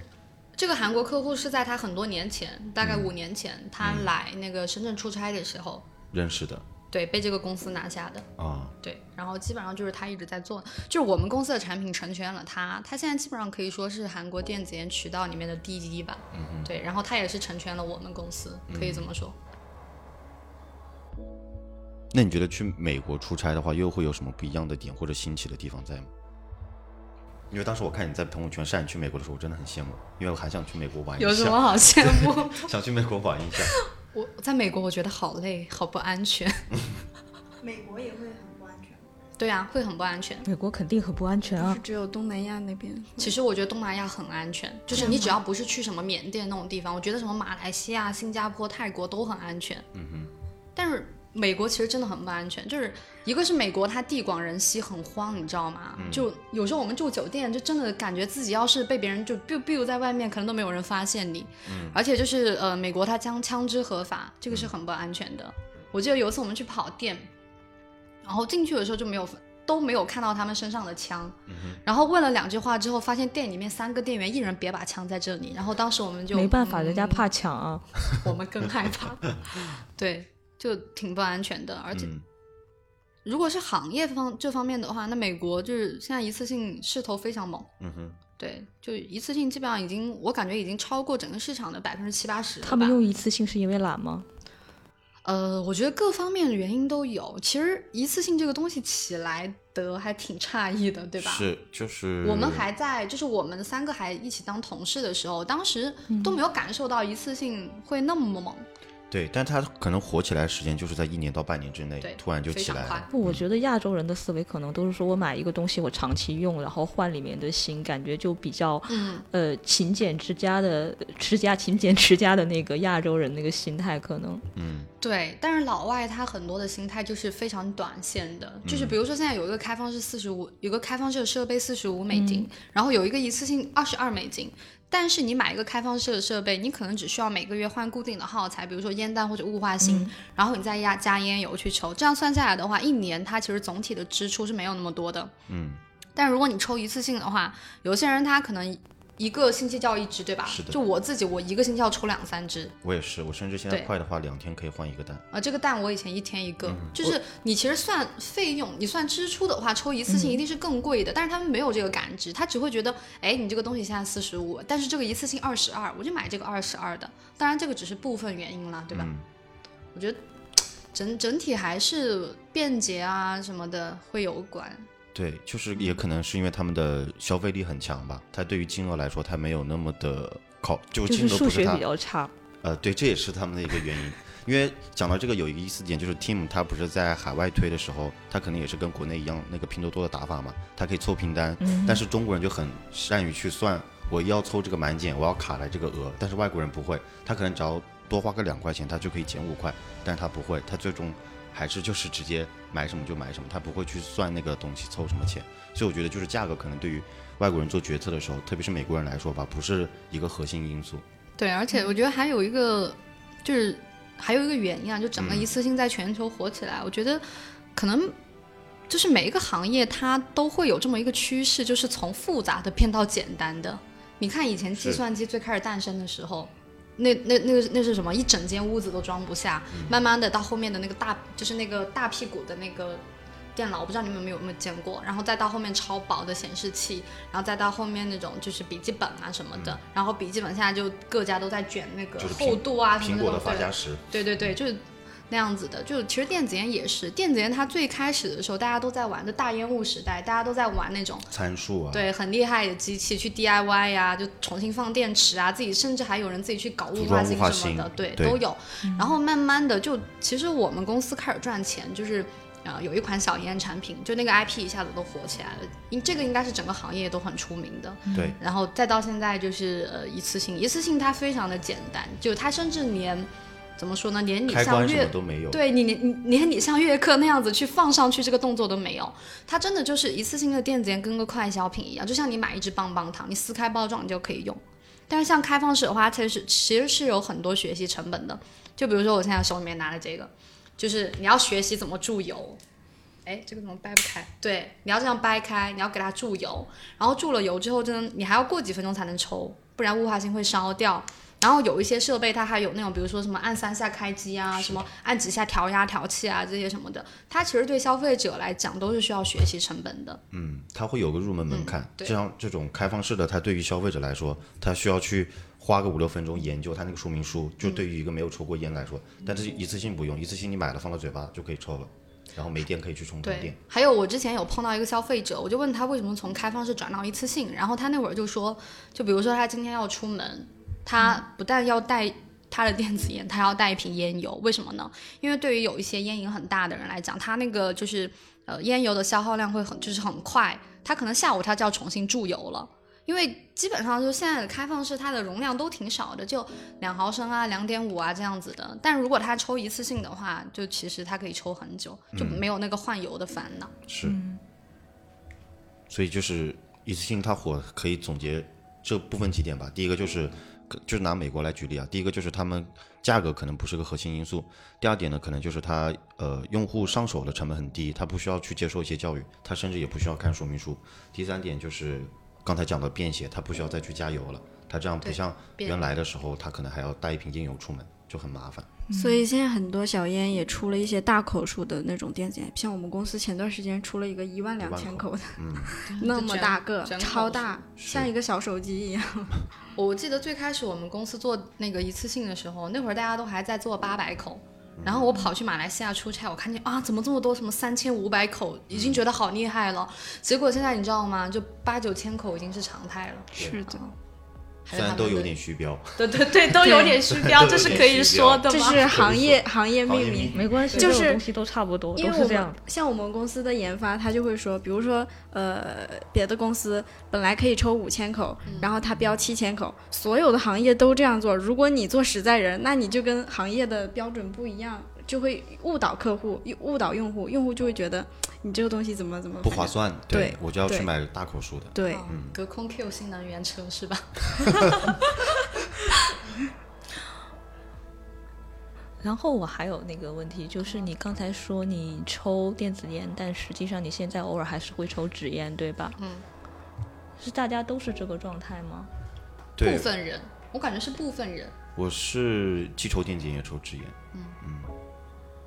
这个韩国客户是在他很多年前，大嗯概五年前，他来那个深圳出差的时候，认识的对，被这个公司拿下的。啊，对，然后基本上就是他一直在做，就是我们公司的产品成全了他，他现在基本上可以说是韩国电子烟渠道里面的第一吧。嗯对，然后他也是成全了我们公司，可以这么说。那你觉得去美国出差的话，又会有什么不一样的点或者新奇的地方在吗？因为当时我看你在朋友圈晒你去美国的时候，我真的很羡慕，因为我还想去美国玩一下，有什么好羡慕？ 想去美国玩 一下。我在美国，我觉得好累，好不安全。 美国也会很不安全。对啊，会很不安全。美国肯定很不安全不啊是！只有东南亚那边。其实我觉得东南亚很安全，就是你只要不是去什么缅甸那种地方，我觉得什么马来西亚、新加坡、泰国都很安全。嗯哼。但是美国其实真的很不安全，就是一个是美国它地广人稀，很荒，你知道吗？就有时候我们住酒店，就真的感觉自己要是被别人就 biu biu 在外面，可能都没有人发现你。嗯。而且就是呃，美国它将枪支合法，这个是很不安全的。我记得有一次我们去跑店，然后进去的时候就没有都没有看到他们身上的枪。然后问了两句话之后，发现店里面三个店员一人别把枪在这里。然后当时我们就没办法，人家嗯怕抢啊。我们更害怕。对，就挺不安全的。而且，嗯如果是行业方这方面的话，那美国就是现在一次性势头非常猛。嗯哼，对，就一次性基本上已经，我感觉已经超过整个市场的百分之七八十。他们用一次性是因为懒吗？呃，我觉得各方面的原因都有。其实一次性这个东西起来的还挺诧异的，对吧？是就是我们还在，就是我们三个还一起当同事的时候，当时嗯都没有感受到一次性会那么猛，对，但他可能火起来的时间就是在一年到半年之内对，，突然就非起常来快了。。不，我觉得亚洲人的思维可能都是说我买一个东西，我长期用，然后换里面的新，感觉就比较，嗯，呃，勤俭持家的持家勤俭持家的那个亚洲人那个心态，可能嗯，对。但是老外他很多的心态就是非常短线的，嗯就是比如说现在有一个开放式四十五，有个开放式的设备四十五美金，然后有一个一次性二十二美金。但是你买一个开放式的设备，你可能只需要每个月换固定的耗材，比如说烟弹或者雾化芯，然后你再压加烟油去抽。这样算下来的话，一年它其实总体的支出是没有那么多的。嗯，但如果你抽一次性的话，有些人他可能一个星期就要一支，对吧？是的就我自己，我一个星期要抽两三支。我也是，我甚至现在对快的话，两天可以换一个蛋。啊，这个蛋我以前一天一个，就是你其实算费用，你算支出的话，抽一次性一定是更贵的，但是他们没有这个感知，他只会觉得，哎，你这个东西现在四十五，但是这个一次性二十二，我就买这个二十二的。当然这个只是部分原因啦，对吧？嗯我觉得整整体还是便捷啊什么的会有关。对，就是也可能是因为他们的消费力很强吧，他对于金额来说，他没有那么的考，就就金是额数不是学他比较差。呃，对，这也是他们的一个原因。因为讲到这个有一个意思点，就是 Team 他不是在海外推的时候，他可能也是跟国内一样那个拼多多的打法嘛，他可以凑拼单，但是中国人就很善于去算，我要凑这个满减，我要卡来这个额，但是外国人不会，他可能只要多花个两块钱，他就可以减五块，但是他不会，他最终还是就是直接买什么就买什么，他不会去算那个东西凑什么钱，所以我觉得就是价格可能对于外国人做决策的时候，特别是美国人来说吧，不是一个核心因素。对，而且我觉得还有一个，就是还有一个原因啊，就整个嗯一次性在全球火起来，我觉得可能就是每一个行业它都会有这么一个趋势，就是从复杂的变到简单的。你看以前计是算机最开始诞生的时候。那那那个那是什么？一嗯整间屋子都装不下。慢慢的到后面的那个大，就是那个大屁股的那个电脑，我不知道你们有没有有没有见过，然后再到后面超薄的显示器，然后再到后面那种就是笔记本啊什么的，然后笔记本现在就各家都在卷那个嗯就是苹厚度啊什苹么果那的种，发对。家史，对对对，就是那样子的。就其实电子烟也是，电子烟它最开始的时候，大家都在玩的大烟雾时代，大家都在玩那种参数啊，对很厉害的机器去 DIY 呀、啊就重新放电池啊，自己甚至还有人自己去搞雾组装化雾芯化什么的芯，对，对都有。然后慢慢的就，其实我们公司开始赚钱，就是。啊、有一款小烟产品，就那个 IP 一下子都火起来了，因这个应该是整个行业都很出名的。对然后再到现在就是呃一次性，一次性它非常的简单，就它甚至连怎么说呢，连你开像关什么乐都没有，对你连你连你像乐课那样子去放上去这个动作都没有，它真的就是一次性的电子烟跟个快消品一样，就像你买一支棒棒糖，你撕开包装你就可以用。但是像开放式的话，它是其实是有很多学习成本的，就比如说我现在手里面拿的这个，就是你要学习怎么注油。哎，这个怎么掰不开？对，你要这样掰开，你要给它注油，然后注了油之后，真的你还要过几分钟才能抽，不然雾化芯会烧掉。然后有一些设备它还有那种，比如说什么按三下开机啊，什么按几下调压调气啊这些什么的，它其实对消费者来讲都是需要学习成本的。嗯，它会有个入门门槛。对这样这种开放式的，它对于消费者来说，他需要去花个五六分钟研究它那个说明书，嗯就对于一个没有抽过烟来说，但是一次性不用，一次性你买了放到嘴巴就可以抽了，然后没电可以去充充对电。，还有我之前有碰到一个消费者，我就问他为什么从开放式转到一次性，然后他那会儿就说，就比如说他今天要出门，他不但要带他的电子烟，他要带一瓶烟油，为什么呢？因为对于有一些烟瘾很大的人来讲，他那个就是呃烟油的消耗量会很就是很快，他可能下午他就要重新注油了。因为基本上就是现在的开放式，它的容量都挺少的，就两毫升啊、两点五啊这样子的。但如果他抽一次性的话，就其实它可以抽很久，嗯就没有那个换油的烦恼。是，嗯所以就是一次性它火可以总结这部分几点吧。第一个就是，就拿美国来举例啊，第一个就是他们价格可能不是个核心因素。第二点呢，可能就是它呃用户上手的成本很低，他不需要去接受一些教育，他甚至也不需要看说明书。第三点就是刚才讲的便携，他不需要再去加油了。他这样不对像便原来的时候，他可能还要带一瓶烟油出门，就很麻烦。 所以现在很多小烟也出了一些大口数的那种电子烟，像我们公司前段时间出了一个一万两千口的， 那么大个，卷口超大，嗯是像一个小手机一样。我记得最开始我们公司做那个一次性的时候，那会儿大家都还在做八百口，嗯然后我跑去马来西亚出差，我看见啊，怎么这么多，什么三千五百口，已经觉得好厉害了。结果现在你知道吗？就八九千口已经是常态了。是的，还虽是他然们都有的点虚标，对对对，都有点虚标，都有这是点可以虚标说的吗？这是行业行业行业命秘密名。没关系，就是这种东西都差不多，因都为我是这们样的。像我们公司的研发，他就会说，比如说，呃，别的公司本来可以抽五千口，然后他标七千口，所有的行业都这样做。如果你做实在人，那你就跟行业的标准不一样，就会误导客户，误导用户，用户就会觉得你这个东西怎么怎么不划。算。对我就要去对买大口数的。对，哦隔空 Q 新能源车是吧？然后我还有那个问题，就是你刚才说你抽电子烟，但实际上你现在偶尔还是会抽纸烟，对吧？嗯，是大家都是这个状态吗？对部，分人，我感觉是部分人。我是既抽电子烟也抽纸烟，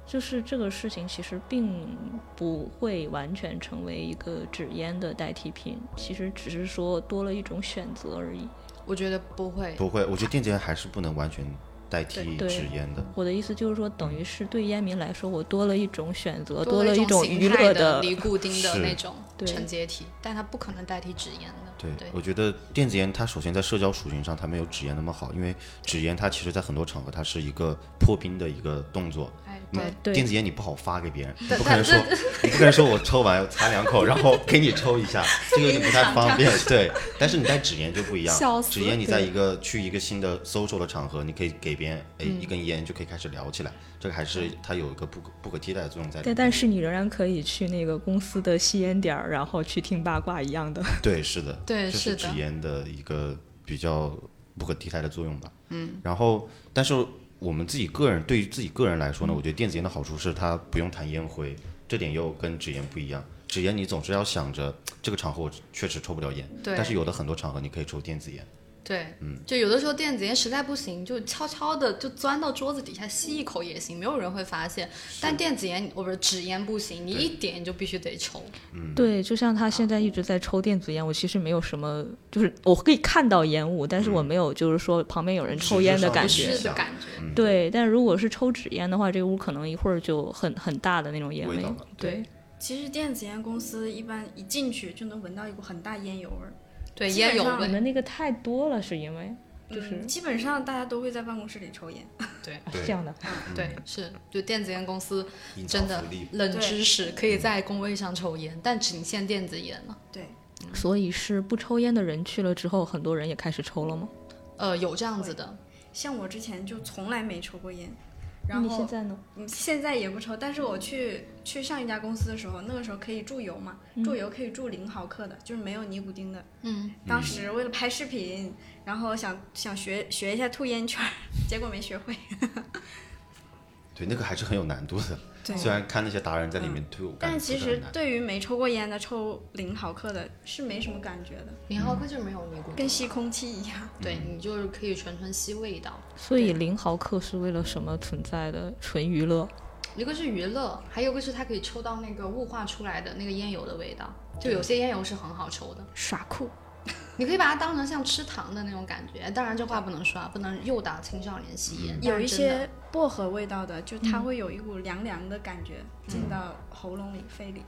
就是这个事情其实并不会完全成为一个纸烟的代替品，其实只是说多了一种选择而已。我觉得不会，不会，我觉得电子烟还是不能完全代替对对纸烟的。我的意思就是说，等于是对烟民来说，我多了一种选择，多了了一种形娱态乐的的。尼固丁的是那种对承接体，但它不可能代替纸烟的。对，对我觉得电子烟它首先在社交属性上它没有纸烟那么好，因为纸烟它其实在很多场合它是一个破冰的一个动作。哎，嗯对，对电子烟你不好发给别人，你但不可能说但 你不可能说我抽完擦两口，然后给你抽一下， 这个有点不太方便。对，但是你带纸烟就不一 笑样，死纸烟你在一个去一个新的 social 的场合，你可以给别人哎一根烟就可以开始聊起来，这个还是它有一个不可不可替代的作用在里但面。但是你仍然可以去那个公司的吸烟点儿，然后去听八卦一样的。对，是的，对这是纸的烟的一个比较不可替代的作用吧。嗯，然后，但是我们自己个人对于自己个人来说呢，我觉得电子烟的好处是它不用弹烟灰，这点又跟纸烟不一样。纸烟你总是要想着这个场合我确实抽不了烟，对但是有的很多场合你可以抽电子烟，对，嗯，就有的时候电子烟实在不行，就悄悄的就钻到桌子底下吸一口也行，没有人会发现。但电子烟，我不是纸烟不行，你对一点你就必须得抽。嗯对，就像他现在一直在抽电子烟，我其实没有什么，就是我可以看到烟雾，但是我没有就是说旁边有人抽烟的感实质是上不觉嗯是。的感觉，嗯对，但如果是抽纸烟的话，这个屋可能一会儿就很很大的那种烟味道了对，其实电子烟公司一般一进去就能闻到一股很大烟油味儿，对基烟本油上啊你味，们那个太多了，是因为就是、嗯基本上大家都会在办公室里抽烟。啊对是这样的。对，是就电子烟公司隐藏真的嗯福利嗯冷知识，可以在工位上抽烟，但仅限电子烟了。对，嗯所以是不抽烟的人去了之后，很多人也开始抽了吗？呃，有这样子的，像我之前就从来没抽过烟，那然你后现在呢？嗯，现在也不抽，但是我去去上一家公司的时候，那个时候可以助游嘛，助游可以助零毫克的，就是没有尼古丁的。嗯，当时为了拍视频，然后想想学学一下吐烟圈儿， 结果没学会。对那个还是很有难度的。对 虽然看那些达人在里面推，我感但觉其真的实很难对于没抽过烟的抽零毫克的是没什么感觉的，零嗯毫克就没有尼古跟丁，吸空气一样。对你就是可以纯纯吸味道。所以零毫克是为了什么存在的？纯娱乐。一个是娱乐，还有一个是它可以抽到那个雾化出来的那个烟油的味道，就有些烟油是很好抽的， 耍酷，你可以把它当成像吃糖的那种感觉。当然这话不能说啊，不能诱导青少年吸烟。嗯有一但是真的些薄荷味道的，就它会有一股凉凉的感觉进到喉咙里、肺里。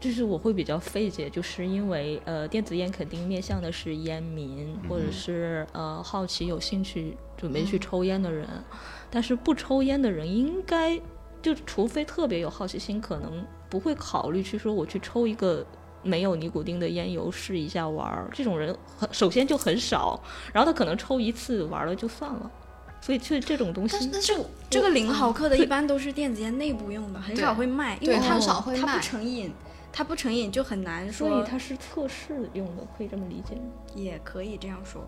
就是我会比较费解，就是因为呃，电子烟肯定面向的是烟民，或者是呃好奇、有兴趣、准备去抽烟的人，但是不抽烟的人应该就除非特别有好奇心，可能不会考虑去说我去抽一个。没有尼古丁的烟油试一下玩儿，这种人很首先就很少，然后他可能抽一次玩了就算了，所以这这种东西，但是但是我嗯这个零毫克的对一般都是电子烟内部用的，很对少会卖，因对为它很少会它卖不成瘾，它不成瘾就很难所以说。它是测试用的，可以这么理解吗？也可以这样说，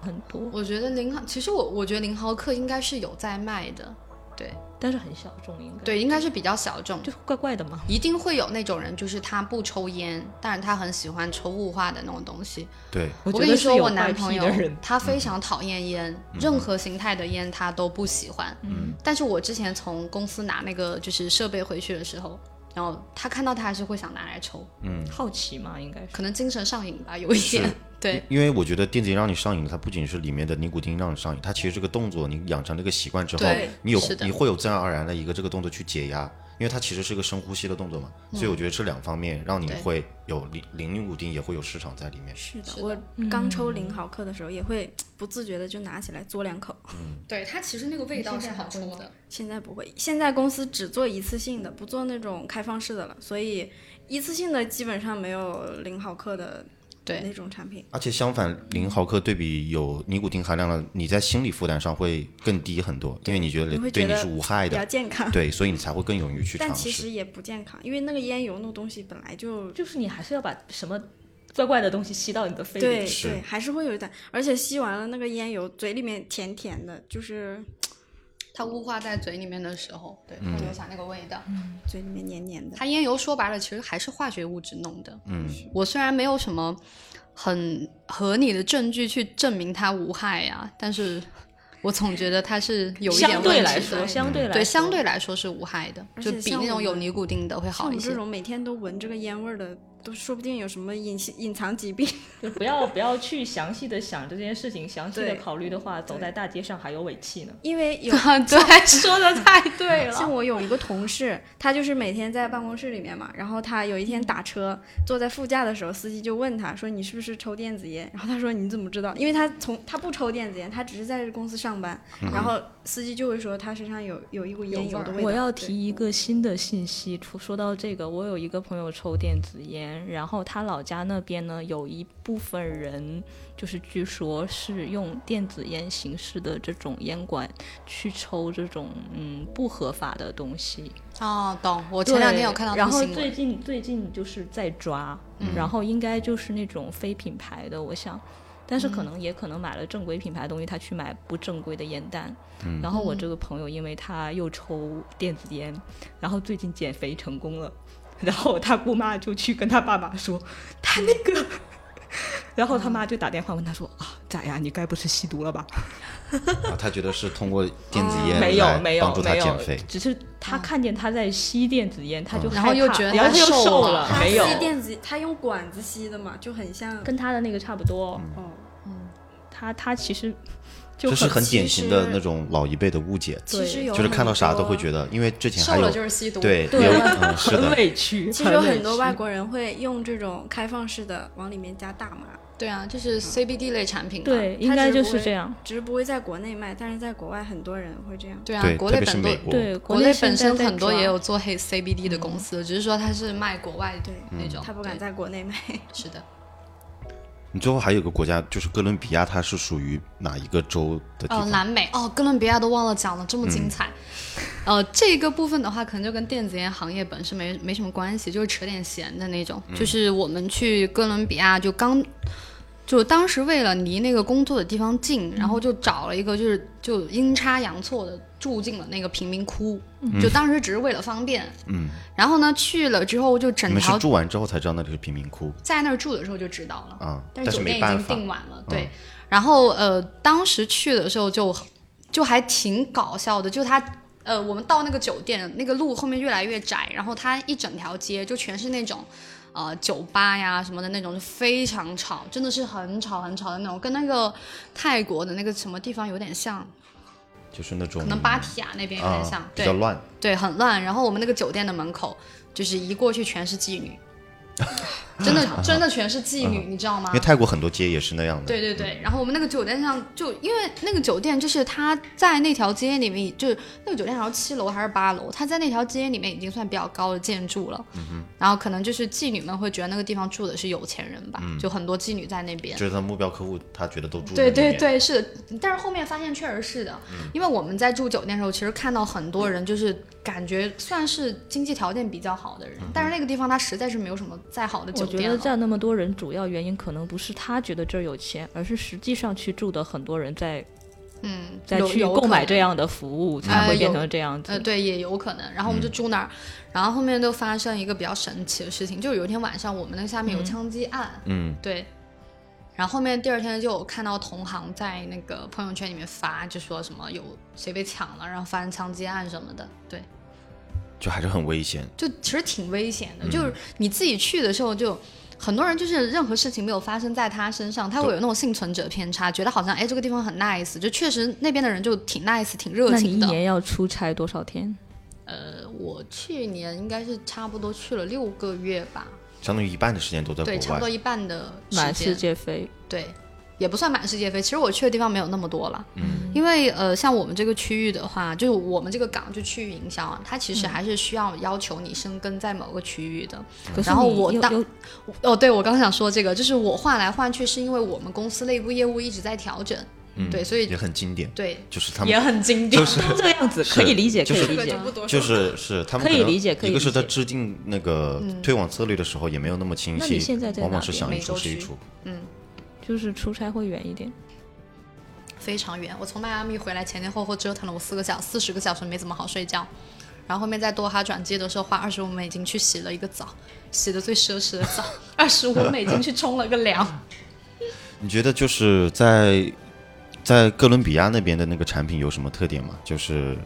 很多，我觉得零毫，其实我我觉得零毫克应该是有在卖的，对但是很小众，应该对，应该是比较小众。就怪怪的嘛。一定会有那种人，就是他不抽烟，但是他很喜欢抽雾化的那种东西。对，我觉跟得你是说，有我怪男癖朋的友人嗯他非常讨厌烟，任何形态的烟他都不喜欢。嗯，但是我之前从公司拿那个就是设备回去的时候，然后他看到他还是会想拿来抽，好奇嘛，应该是。可能精神上瘾吧，有一点。对，嗯因为我觉得电子烟让你上瘾的，它不仅是里面的尼古丁让你上瘾，它其实这个动作你养成这个习惯之后对，你有是的你会有自然而然的一个这个动作去解压，因为它其实是个深呼吸的动作嘛，所以我觉得这两方面让你对会有零零尼古丁也会有市场在里面。是的是的我刚抽零毫克的时候，也会不自觉的就拿起来嘬两口。对他其实那个味道是好抽的。现在不会，现在公司只做一次性的，不做那种开放式的了，所以一次性的基本上没有零毫克的对那种产品。而且相反，零毫克对比有尼古丁含量的，你在心理负担上会更低很多，因为你觉你得会对觉你得是无害比较的，健康，对，所以你才会更勇于去但尝其试。实也不健康，因为那个烟油那东西本来就就是你还是要把什么怪怪的东西吸到你的肺对里。是对，还是会有一点，而且吸完了那个烟油，嘴里面甜甜的，就是它雾化在嘴里面的时候，对，嗯它留下那个味道。嘴里面黏黏的。它烟油说白了其实还是化学物质弄的。嗯，我虽然没有什么很合理的证据去证明它无害呀、但是我总觉得它是有一点相对问来题说，的。相对来对，相对来说是无害的，而就且比像那我种有们尼古丁的会像好我一们这些。种每天都闻这个烟味儿的，都说不定有什么隐性隐藏疾病。就不要不要去详细的想这件事情，详细的对考虑的话，走在大街上还有尾气呢。因为有对， 说的太对 像了。我有一个同事，他就是每天在办公室里面嘛，然后他有一天打车，坐在副驾的时候，司机就问他说：“你是不是抽电子烟？”然后他说：“你怎么知道？”因为他从他不抽电子烟，他只是在公司上班。嗯然后司机就会说他身上有有一股烟油的味道。我要对提一个新的信息，除说到这个，我有一个朋友抽电子烟，然后他老家那边呢有一部分人，就是据说是用电子烟形式的这种烟管去抽这种嗯不合法的东西。哦，懂。我我前两天有看到这然个后新最闻，嗯近最近就是在抓，然后应该就是那种非品牌的，我想。但是可嗯能也可能买了正规品牌的东西，他去买不正规的烟弹。然后我嗯这个朋友，因为他又抽电子烟，然后最近减肥成功了，然后他姑妈 嗯就去跟他爸妈说，他那个，然后他妈就打电话问他说啊，咋呀？你该不是吸毒了吧？啊，他觉得是通过电子烟没来有没帮有助他没减有肥，，只是他看见他在吸电子烟，他就嗯然后又害怕觉得然后他又他瘦瘦了他没有吸电子，他用管子吸的嘛，就很像。跟他的那个差不多。哦，嗯他他其实嗯就这是很典型的其实那种老一辈的误解，其实有就是看到啥都会得。觉得，因为之前还瘦有了就是吸毒，对 对有嗯是很的，委屈。其实有很委多屈外国人会用这种开放式的往里面加大麻，对啊，这是 CBD 类产品嘛，对，应他该只就不是会这样。只是不会在国内卖，但是在国外很多人会这样。对啊，对，国特内别是本美多。国，对，国内内现本在身在很多抓也有做黑 CBD 的公嗯司，只是说它是卖国外对那种，他不敢对在国内卖。 是的，你最后还有个国家就是哥伦比亚，它是属于哪一个州的地哦，方？嗯南美哦，哥伦比亚都忘了讲了，这么精彩。呃，这个部分的话，可能就跟电子烟行业本身没没什么关系，就是扯点闲的那种。嗯就是我们去哥伦比亚，就刚，就当时为了离那个工作的地方近，然嗯后就找了一个就是就阴差阳错的住进了那个贫民窟，就当时只是为了方便。嗯，然后呢，去了之后就整你们是条住完之后才知道那里是贫民窟在那儿住的时候就知道了。啊，但是是酒店没已办经法，嗯订晚了，对。然后呃，当时去的时候就就还挺搞笑的，就他呃，我们到那个酒店，那个路后面越来越窄，然后它一整条街就全是那种。呃，酒吧呀什么的那种就非常吵，真的是很吵很吵的那种，跟那个泰国的那个什么地方有点像，就是那种可能芭提雅那边有点像，啊，比对较乱，对，很乱。然后我们那个酒店的门口，就是一过去全是妓 女，真的真的全是妓女，你知道吗因为？泰国很多街也是那样的。对对对，然后我们那个酒店上就因为那个酒店就是它在那条街里面，就是那个酒店好像七楼还是八楼，它在那条街里面已经算比较高的建筑了。然后可能就是妓女们会觉得那个地方住的是有钱人吧，就很多妓女嗯在那边。就是他目标客户，他觉得都住对在那对边，对，是的，但是后面发现确实是的，因为我们在住酒店的时候，其实看到很多人就是感觉算是经济条件比较好的人，但是那个地方它实在是没有什么再好的酒我觉店啊得了。占那么多人，主要原因可能不是他觉得这儿有钱，而是实际上去住的很多人在嗯，在有去有购可买能这样的服务，才会有变成这样呃，子。对，也有可能。然后我嗯们就住那儿，然后后面就发生一个比较神奇的事情，就是有一天晚上我们那个下面有枪击案，嗯，对。然后后面第二天就有看到同行在那个朋友圈里面发，就说什么有谁被抢了，然后发生枪击案什么的，对，就还是很危险。就其实挺危险的。嗯就是你自己去的时候就。很多人就是任何事情没有发生在他身上，他会有那种幸存者偏差，觉得好像哎这个地方很 nice，就确实那边的人就挺 nice、挺热那你情一的。年要出差多少天？呃，我去年应该是差不多去了六个月吧，相当于一半的时间都在对，国差不多外，一半的时满世间，界飞，对，也不算满世界飞。其实我去的地方没有那么多了，嗯，因为呃，像我们这个区域的话，就是我们这个港就区域营销啊，它嗯其实还是需要要求你生根在某个区域的。可是然后你我又当又哦，对，我刚想说这个，就是我换来换去，是因为我们公司内部业务一直在调整，嗯对，所以也很经典，对就是他也们很经典，就是 这个样子，可以理解，可就是以理解。多就是是他们可以能理解可以一个是理他解制定那个推广策略的时候也没有那么清嗯那晰，你现在在往往哪是边想一美出洲是一区出。就是出差会远一点。非常远。我从迈阿密回来前前后后折腾了我四个小四十个小时，没怎么好睡觉。然后后面在多哈转机的时候花二十五美金去洗了一个澡，洗的最奢侈的澡，二十五美金去冲了个 凉。你觉得就是在在哥伦比亚那边的那个产品有什么特点吗？就是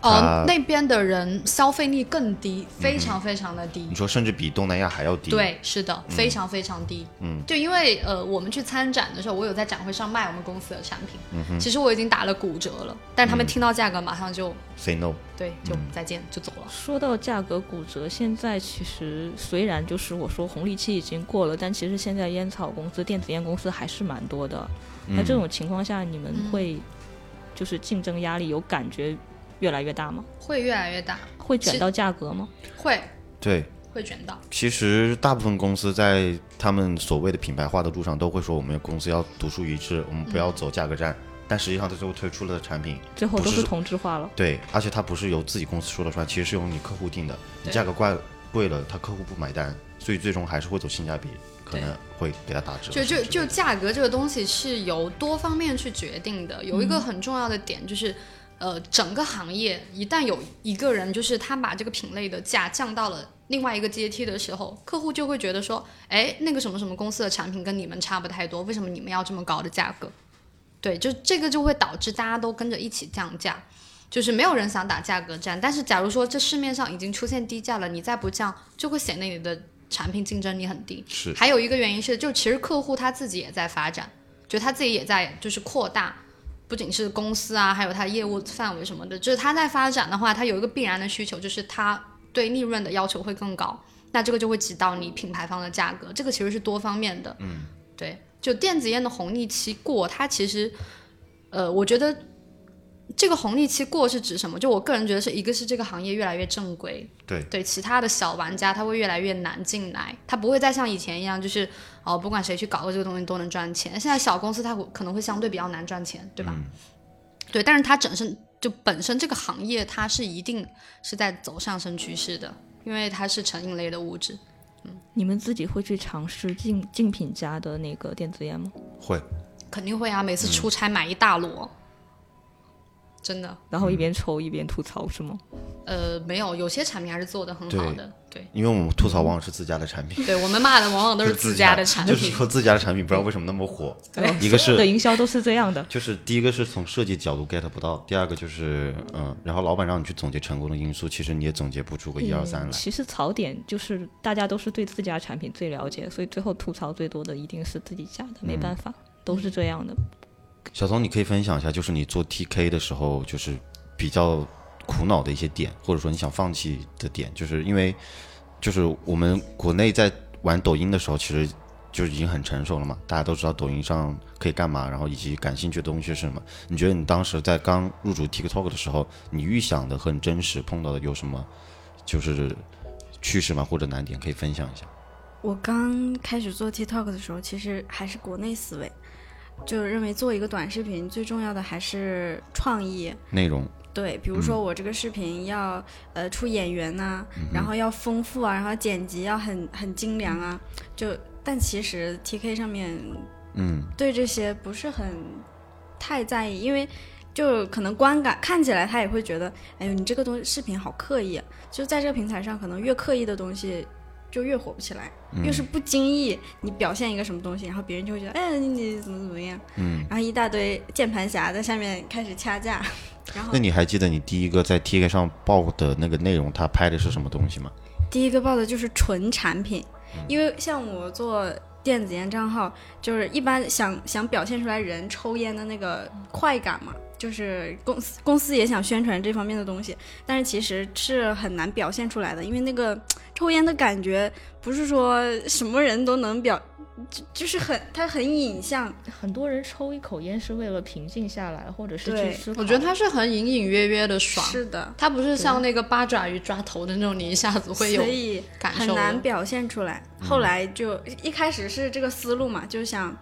呃啊，那边的人消费力更低，非常非常的低你。说甚至比东南亚还要低，，对，是的，非常非常低。嗯，就因为呃，我们去参展的时候，我有在展会上卖我们公司的产品。嗯其实我已经打了骨折了，但他们听到价格马上就、 say no，对，就再见，就走了。说到价格骨折，现在其实虽然就是我说红利期已经过了，但其实现在烟草公司、电子烟公司还是蛮多的。那嗯这种情况下，你们会就是竞争压力有感觉越来越大吗？会越来越大，会其卷到价格吗？会对。会卷到。其实大部分公司在他们所谓的品牌化的路上，都会说我们公司要独树一帜，我们嗯不要走价格战。但实际上，它最后推出了的产品，最后不都是是同质化了。对，而且它不是由自己公司说了算，其实是由你客户定的。你对价格怪贵了，他客户不买单，所以最终还是会走性价比，可能会给他打折。就就就价格这个东西是由多方面去决定的，有一个很重要的点就是。呃，整个行业一旦有一个人就是他把这个品类的价降到了另外一个阶梯的时候，客户就会觉得说，哎，那个什么什么公司的产品跟你们差不太多，为什么你们要这么高的价格？对，就这个就会导致大家都跟着一起降价，就是没有人想打价格战。但是假如说这市面上已经出现低价了，你再不降，就会显得你的产品竞争力很低。是还有一个原因是，就其实客户他自己也在发展，就他自己也在就是扩大，不仅是公司啊，还有他业务范围什么的。就是他在发展的话，他有一个必然的需求，就是他对利润的要求会更高，那这个就会挤到你品牌方的价格。这个其实是多方面的。嗯，对。就电子烟的红利期过，它其实，呃，我觉得这个红利期过是指什么？就我个人觉得是一个是这个行业越来越正规，对对，其他的小玩家他会越来越难进来，他不会再像以前一样，就是哦，不管谁去搞个这个东西都能赚钱。现在小公司它会可能会相对比较难赚钱，对吧？对，但是它整身就本身这个行业它是一定是在走上升趋势的，因为它是成瘾类的物质。你们自己会去尝试竞竞品家的那个电子烟吗？会肯定会啊，每次出差买一大摞，真的。然嗯后一边抽一边吐槽是吗？呃，没有，有些产品还是做的很好的，对。因为我们吐槽往往是自家的产品，对我们骂的往往都是自家的产品， 就是说自家的产品不知道为什么那 么火，对一个所有的是。营销都是这样的。就是第一个是从设计角度 get 不到，第二个就是嗯，然后老板让你去总结成功的因素，其实你也总结不出个一二嗯三来。嗯其实槽点就是大家都是对自家产品最了解，所以最后吐槽最多的一定是自己家的，嗯没办法，都是这样的。小童，你可以分享一下，就是你做 TK 的时候，就是比较苦恼的一些点，或者说你想放弃的点，就是因为就是我们国内在玩抖音的时候，其实就已经很成熟了嘛，大家都知道抖音上可以干嘛，然后以及感兴趣的东西是什么。你觉得你当时在刚入主 TikTok 的时候，你预想的和你真实碰到的有什么就是趣事吗？或者难点可以分享一下？我刚开始做 TikTok 的时候，其实还是国内思维，就认为做一个短视频最重要的还是创意。内容对，比如说我这个视频要、呃出演员呐、然后要丰富啊，然后剪辑要很很精良啊。就但其实 TK 上面嗯，对这些不是很太在意，因为就可能观感看起来他也会觉得，哎呦你这个东视频好刻意、啊，就在这个平台上，可能越刻意的东西就越火不起来，越是不经意你表现一个什么东西，然后别人就会觉得，哎你你怎么怎么样，嗯，然后一大堆键盘侠在下面开始掐架，然后那你还记得你第一个在 TK 上爆的那个内容，它拍的是什么东西吗？第一个报的就是纯产品，嗯因为像我做电子烟账号，就是一般想想表现出来人抽烟的那个快感嘛，就是公司公司也想宣传这方面的东西，但是其实是很难表现出来的，因为那个抽烟的感觉不是说什么人都能表，就就是很它很影像，很多人抽一口烟是为了平静下来，或者是对去思考。我觉得嗯它是很隐隐约约的爽，是的，它不是像那个八爪鱼抓头的那种，你一下子会有所以感很受难的。嗯表现出来。后来就一开始是这个思路嘛，就是想，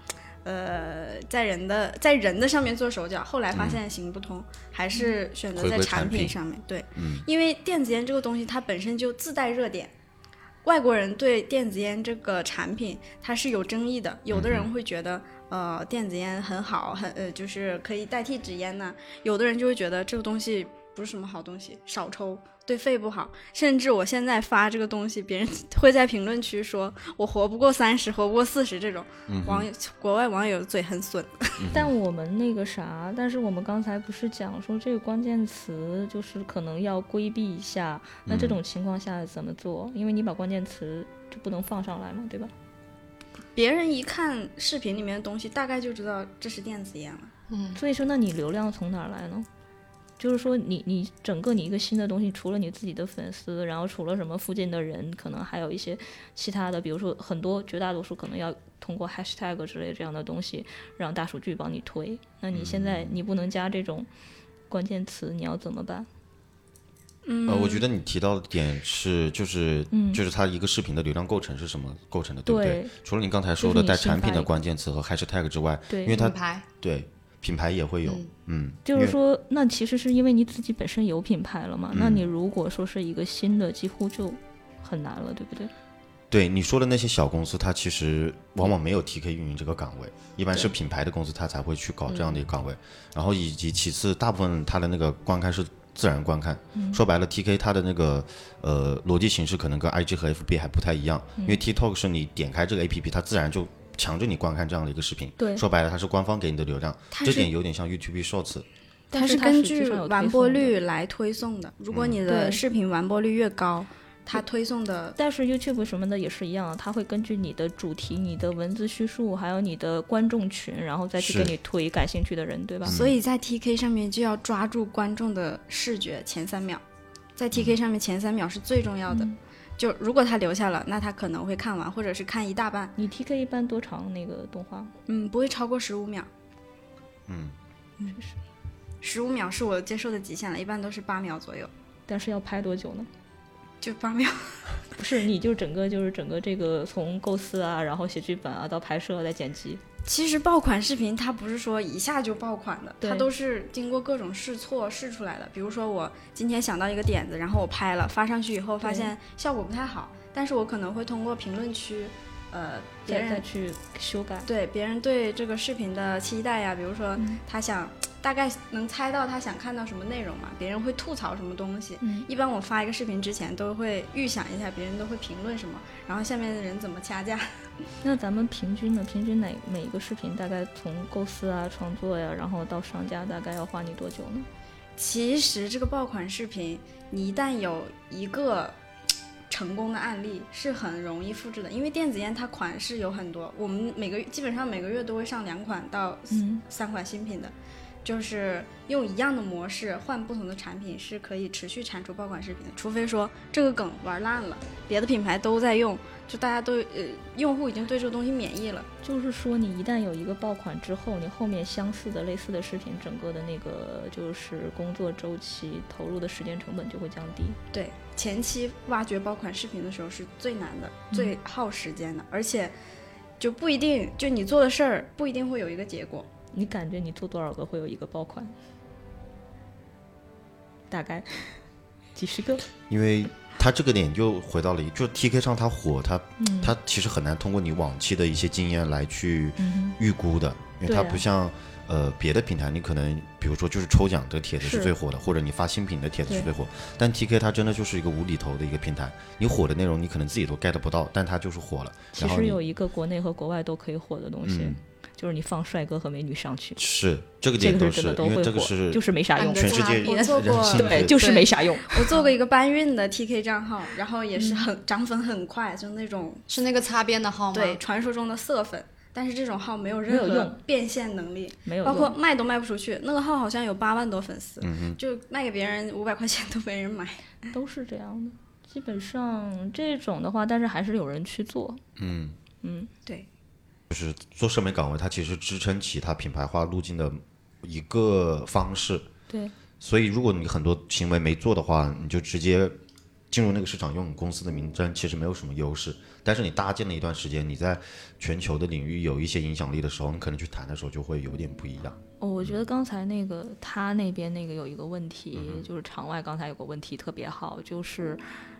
呃，在人的在人的上面做手脚，后来发现行不通，还是选择回在归产产品品上面。对，因为电子烟这个东西它本身就自带热点。外国人对电子烟这个产品，它是有争议的。有的人会觉得，呃，电子烟很好，很呃，就是可以代替纸烟呐、有的人就会觉得这个东西不是什么好东西，少抽对肺不好。甚至我现在发这个东西，别人会在评论区说我活不过三十，活不过四十这种。网友国外网友嘴很损，但我们那个啥，但是我们刚才不是讲说这个关键词就是可能要规避一下，那嗯这种情况下怎么做？因为你把关键词就不能放上来嘛，对吧？别人一看视频里面的东西，大概就知道这是电子烟了。嗯所以说，那你流量从哪儿来呢？就是说你，你整个你一个新的东西，除了你自己的粉丝，然后除了什么附近的人，可能还有一些其他的，比如说很多绝大多数可能要通过 hashtag 之类这样的东西，让大数据帮你推。那你现嗯在你不能加这种关键词，你要怎么办？嗯呃，我觉得你提到的点是，就是、就是它一个视频的流量构成是什么构成的，对不嗯对？对除了你刚才说就是的你带品产品牌的关键词和 hashtag 之外，对因为它品牌对品牌也会有，嗯，就是因为说，那其实是因为你自己本身嗯有品牌了嘛？那你如果说是一个新的，几乎就很难了，对不对？对你说的那些小公司，它其实往往没有 TK 运营这个岗位，一般是品牌的公司它才会去搞这样的一嗯个岗位。然后以及其次，大部分它的那个观看是自然观看，嗯说白了，TK 它的那个呃逻辑形式可能跟 IG 和 FB 还不太一样，嗯因为 TikTok 是你点开这个 APP，它自然就。强制你观看这样的一个视频，对说白了它是官方给你的流量，它这是点有点像 YouTube Shorts，但是它根实际据上有完推播送的率来推送嗯的。如果你对的视频完播率越高，它推送的但是 YouTube 什么的也是一样，它会根据你的主题、你的文字叙述，还有你的观众群，然后再去是给你推感兴趣的人，对吧？嗯所以在 TK 上面就要抓住观众的视觉前三秒，在嗯 TK 上面前三秒是最重要的。嗯就如果他留下了，那他可能会看完，或者是看一大半，你 TK 一般多长那个动画？嗯，不会超过十五秒。嗯，十五秒是我接受的极限了，一般都是八秒左右，但是要拍多久呢？就八 秒。不是，你就整个就是整个这个从构思啊，然后写剧本啊，到拍摄再剪辑，其实爆款视频它不是说一下就爆款的，对它都是经过各种试错试出来的。比如说我今天想到一个点子，然后我拍了，发上去以后发现效果不太好，但是我可能会通过评论区，呃，别再再人去修改。对别人对这个视频的期待呀、比如说嗯他想、大概能猜到他想看到什么内容嘛，别人会吐槽什么东西。嗯一般我发一个视频之前都会预想一下别人都会评论什么，然后下面的人怎么掐架。那咱们平均呢？平均哪每一个视频大概从构思啊、创作呀、然后到上架，大概要花你多久呢？其实这个爆款视频，你一旦有一个成功的案例，是很容易复制的，因为电子烟它款式有很多，我们每个月基本上每个月都会上两款到嗯三款新品的，就是用一样的模式换不同的产品，是可以持续产出爆款视频的，除非说这个梗玩烂了，别的品牌都在用，就大家都呃用户已经对这个东西免疫了。就是说，你一旦有一个爆款之后，你后面相似的、类似的视频，整个的那个就是工作周期投入的时间成本就会降低。对，前期挖掘爆款视频的时候是最难的，嗯最耗时间的，而且就不一定，就你做的事儿不一定会有一个结果。你感觉你做多少个会有一个爆款？大概 几十个？因为它这个点就回到了一，就 TK 上它火，它、嗯它其实很难通过你往期的一些经验来去预估的，因为它对啊不像、呃别的平台，你可能比如说就是抽奖这个帖子是是最火的，或者你发新品的帖子是最对火，但 TK 它真的就是一个无厘头的一个平台，你火的内容你可能自己都 get 不到，但它就是火了，其然后实你有一个国内和国外都可以火的东西，嗯就是你放帅哥和美女上去，是这个这点个都是真的都因为会这个火，是就是没啥用感觉。全世界我人做过性对，的就是对没啥用。 我做过一个搬运的 TK 账号，然后也是很涨粉很快，就那种是那个擦边的号吗？对，传说中的色粉。但是这种号没有哦没任有何用变现能力，没有包括用嗯卖都卖不出去。那个号好像有八万多粉丝，就卖给别人五百块钱都没人买。都是这样的。基本上这种的话，但是还是有人去做。对，就是做社媒岗位，它其实支撑起它品牌化路径的一个方式。对，所以如果你很多行为没做的话，你就直接进入那个市场，用你公司的名称，其实没有什么优势。但是你搭建了一段时间，你在全球的领域有一些影响力的时候，你可能去谈的时候就会有点不一样。哦，我觉得刚才那个他那边那个有一个问题，就是场外刚才有个问题特别好，就是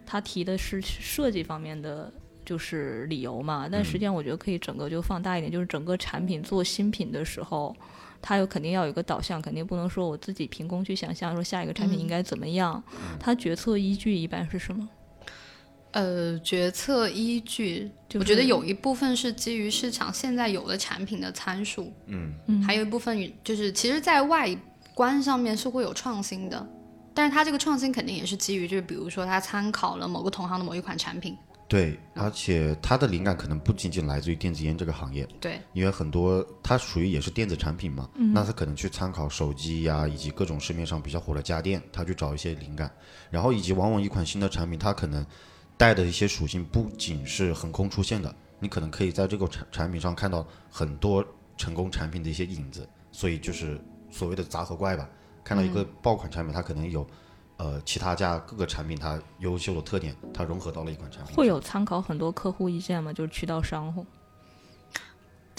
他提的是设计方面的。就是理由嘛，但实际上我觉得可以整个就放大一点，就是整个产品做新品的时候，它有肯定要有一个导向，肯定不能说我自己凭空去想象说下一个产品应该怎么样，它决策依据一般是什么？呃，决策依据，就是我觉得有一部分是基于市场现在有的产品的参数，嗯，还有一部分就是其实，在外观上面是会有创新的，但是它这个创新肯定也是基于，就是比如说它参考了某个同行的某一款产品，对，而且它的灵感可能不仅仅来自于电子烟这个行业，对，因为很多它属于也是电子产品嘛，那它可能去参考手机呀、以及各种市面上比较火的家电，它去找一些灵感，然后以及往往一款新的产品，它可能带的一些属性不仅是横空出现的，你可能可以在这个产产品上看到很多成功产品的一些影子，所以就是所谓的杂合怪吧。看到一个爆款产品，它可能有呃其他家各个产品它优秀的特点，它融合到了一款产品。会有参考很多客户意见吗？就是渠道商户。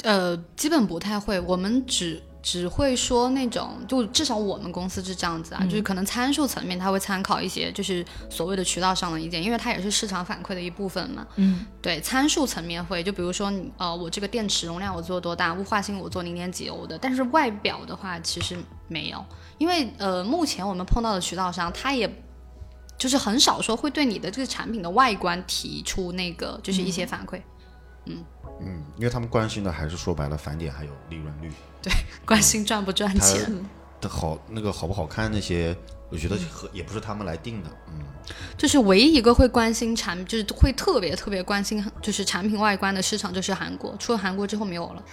呃，基本不太会，我们只只会说那种，就至少我们公司是这样子啊，就是可能参数层面他会参考一些，就是所谓的渠道上的意见，因为它也是市场反馈的一部分嘛。嗯，对，参数层面会，就比如说你呃，我这个电池容量我做多大，雾化性我做零点几欧的，但是外表的话其实没有，因为呃，目前我们碰到的渠道商，他也就是很少说会对你的这个产品的外观提出那个就是一些反馈，嗯，因为他们关心的还是说白了返点还有利润率，关心赚不赚它钱。的好那个好不好看那些，我觉得和也不是他们来定的，嗯，就是唯一一个会关心产，就是会特别特别关心就是产品外观的市场就是韩国，除了韩国之后没有了。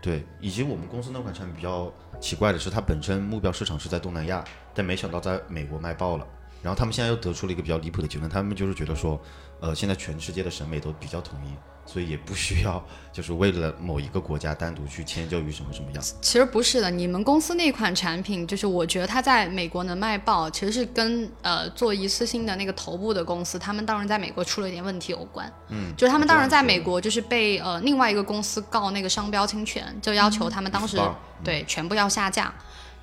对，以及我们公司那款产品比较奇怪的是，它本身目标市场是在东南亚，但没想到在美国卖爆了。然后他们现在又得出了一个比较离谱的结论，他们就是觉得说，呃，现在全世界的审美都比较统一，所以也不需要就是为了某一个国家单独去迁就于什么什么样。其实不是的，你们公司那款产品，就是我觉得它在美国能卖爆，其实是跟呃做一次性的那个头部的公司，他们当然在美国出了一点问题有关。嗯，就是他们当然我知道在你说美的国就是被呃另外一个公司告那个商标侵权，就要求他们当时、嗯对全部要下架。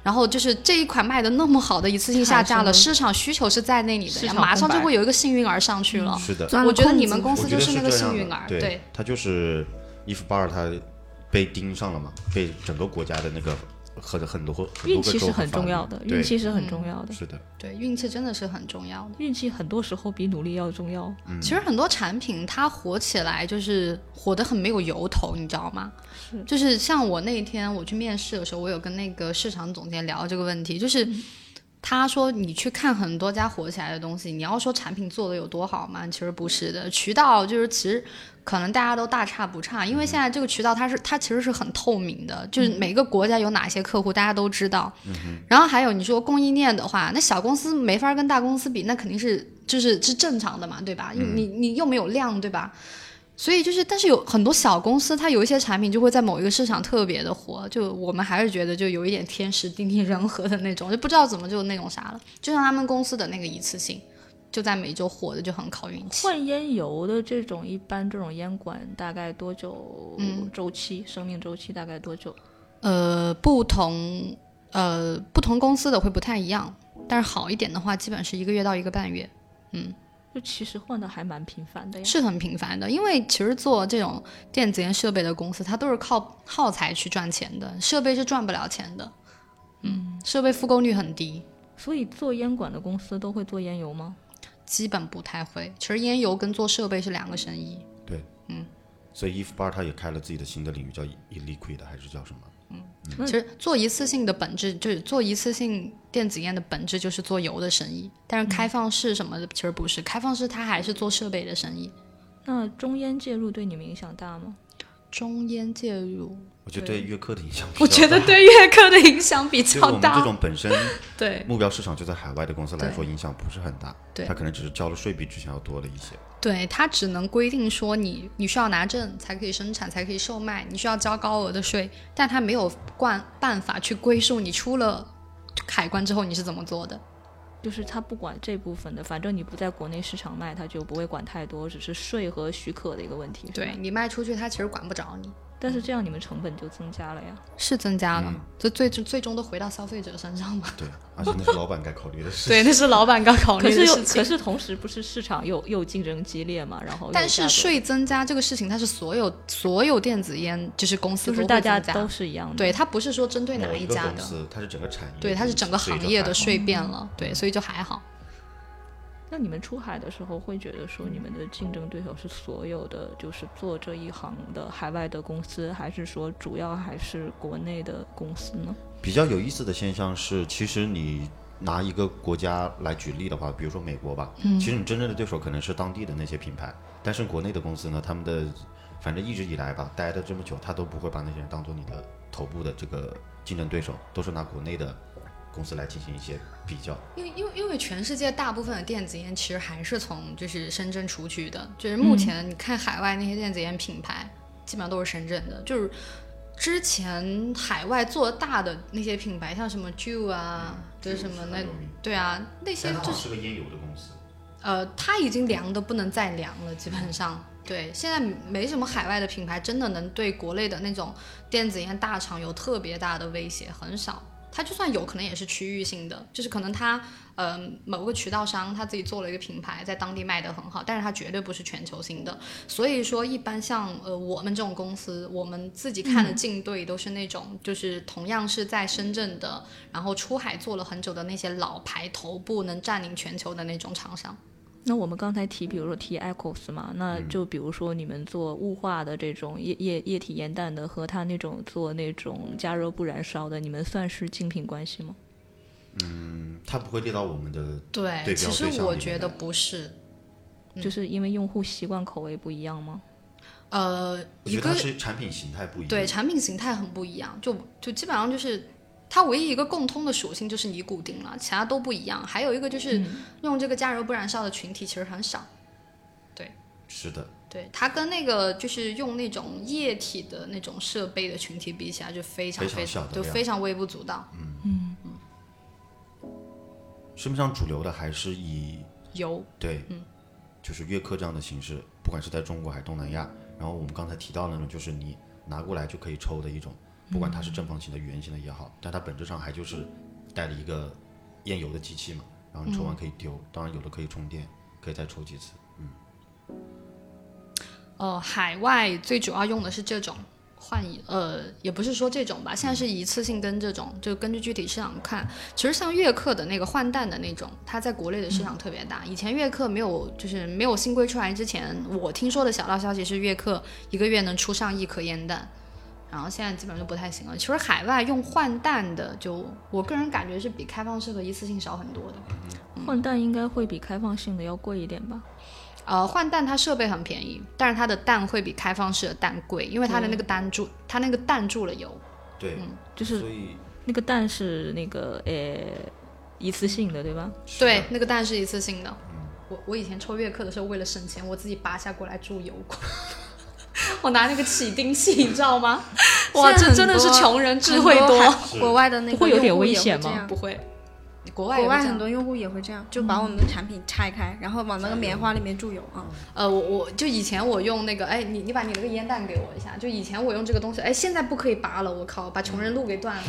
然后就是这一款卖的那么好的一次性下架了，产生市场需求是在那里的市呀，场马上空白就会有一个幸运儿上去了。是的，钻了我觉得空你子们哦公我司觉就得那个这样幸的运儿，对，他就是伊芙巴尔他被盯上了嘛，被整个国家的那个很很多很多运个气州是和很法重律要的，对运气是很重要的，是的，对，运气真的是很重要的。运气很多时候比努力要重要。嗯，其实很多产品它火起来就是火得很没有由头，你知道吗？是就是像我那一天我去面试的时候，我有跟那个市场总监聊这个问题，就是嗯他说你去看很多家火起来的东西，你要说产品做的有多好嘛，其实不是的，渠道就是其实。可能大家都大差不差，因为现在这个渠道它是它其实是很透明的，就是每个国家有哪些客户大家都知道。然后还有你说供应链的话，那小公司没法跟大公司比，那肯定是就是是正常的嘛，对吧？你你又没有量，对吧？所以就是，但是有很多小公司，它有一些产品就会在某一个市场特别的火，就我们还是觉得就有一点天时地利人和的那种，就不知道怎么就那种啥了。就像他们公司的那个一次性，就在每周火的就很靠运气。换烟油的这种，一般这种烟管大概多久嗯周期？生命周期大概多久？呃，不同呃不同公司的会不太一样，但是好一点的话，基本是一个月到一个半月。就其实换的还蛮频繁的呀。是很频繁的，因为其实做这种电子烟设备的公司，它都是靠耗材去赚钱的，设备是赚不了钱的。嗯，设备复购率很低，所以做烟管的公司都会做烟油吗？基本不太会。其实烟油跟做设备是两个生意。对，嗯，所以伊芙巴尔他也开了自己的新的领域，叫 illiquid 还是叫什么？嗯其实做一次性的本质就是做一次性电子烟的本质就是做油的生意，但是开放式什么的其实不是，开放式它还是做设备的生意。那中烟介入对你们影响大吗？中烟介入，我觉得对约克的影响比较大，我觉得对悦客的影响比对我较们这大。种本身对目标市场就在海外的公司来对说影响不是很大，对他可能只是交了税比之前要多了 一些。对，它只能规定说你你需要拿证才可以生产，才可以售卖，你需要交高额的税，但它没有惯办法去归属你出了海关之后你是怎么做的。就是他不管这部分的，反正你不在国内市场卖，他就不会管太多，只是税和许可的一个问题。是吧对，你卖出去，它其实管不着你，但是这样你们成本就增加了呀。是增加了，这、最最终都回到消费者身上嘛？对，而且那是老板该考虑的事。对，哦那是老板该考可虑是的又事可情。是同时不是市场又又竞争激烈嘛，然后又但价是格税增加这个事情，它是所有所有电子烟就是公司就都是会大家增加都是一样的。对，它不是说针对哪嗯某一一个家公的，司，它是整个产业，对，它是整个所以行就业还的好税变了，对，所以就还好。那你们出海的时候会觉得说你们的竞争对手是所有的就是做这一行的海外的公司，还是说主要还是国内的公司呢？比较有意思的现象是，其实你拿一个国家来举例的话，比如说美国吧，嗯其实你真正的对手可能是当地的那些品牌，但是国内的公司呢，他们的反正一直以来吧，待的这么久，他都不会把那些人当做你的头部的这个竞争对手，都是拿国内的公司来进行一些比较。因为因为因为全世界大部分的电子烟其实还是从就是深圳出去的，就是目前你看海外那些电子烟品牌，基本上都是深圳的。就是之前海外做大的那些品牌，像什么 Jew 啊，就是什么那很有名对啊，那些嗯但它就好像是是个烟油的公司，呃，它已经凉的不能再凉了，基本上。对，现在没什么海外的品牌真的能对国内的那种电子烟大厂有特别大的威胁，很少。它就算有可能也是区域性的，就是可能它呃某个渠道商他自己做了一个品牌，在当地卖得很好，但是它绝对不是全球性的。所以说，一般像呃我们这种公司，我们自己看的竞对都是那种就是同样是在深圳的，然后出海做了很久的那些老牌头部能占领全球的那种厂商。那我们刚才提，比如说提 Ecos 嘛，那嗯就比如说你们做雾化的这种液液液体盐弹的，和它那种做那种加热不燃烧的，你们算是竞品关系吗？嗯，它不会列到我们的对，对其标实对象我里面觉得来不是，嗯就是因为用户习惯口味不一样吗？呃，我一觉得个它是产品形态不一样。对，产品形态很不一样，就就基本上就是它唯一一个共通的属性就是尼古丁了，其他都不一样。还有一个就是用这个加热不燃烧的群体其实很少，是的，对它跟那个就是用那种液体的那种设备的群体比起来，就非常非常非小常的就量非常微不足道。市面上主流的还是以油，对，就是约克这样的形式，不管是在中国还是东南亚。然后我们刚才提到的那种，就是你拿过来就可以抽的一种，不管它是正方形的、圆形的也好，但它本质上还就是带了一个验油的机器嘛。然后你抽完可以丢，当然有的可以充电，可以再抽几次。呃，海外最主要用的是这种换一，呃，也不是说这种吧，现在是一次性跟这种，就根据具体市场看。其实像悦刻的那个换弹的那种，它在国内的市场特别大。以前悦刻没有，就是没有新规出来之前，我听说的小道消息是悦刻一个月能出上一颗烟弹。然后现在基本上就不太行了。其实海外用换弹的就，我个人感觉是比开放式和一次性少很多的。换弹应该会比开放性的要贵一点吧？呃，换弹它设备很便宜，但是它的弹会比开放式的弹贵，因为它的那个弹注，它那个弹注了油。对，就是所以那个蛋是那个呃一次性的，对吧？是对的，那个弹是一次性的。我我以前抽月课的时候，为了省钱，我自己拔下过来注 油过。我拿那个起钉 器，你知道吗？哇，现在这很真的是多穷人智慧多，是国外的那个不会有点用户危也会险这吗样不会。国外国也外会这很样嗯多用户也会这样，就把我们的产品拆开，然后往那个棉花里面注油啊。呃，我我就以前我用那个，哎，你你把你那个烟弹给我一下。就以前我用这个东西，哎，现在不可以拔了，我靠，把穷人路给断 了。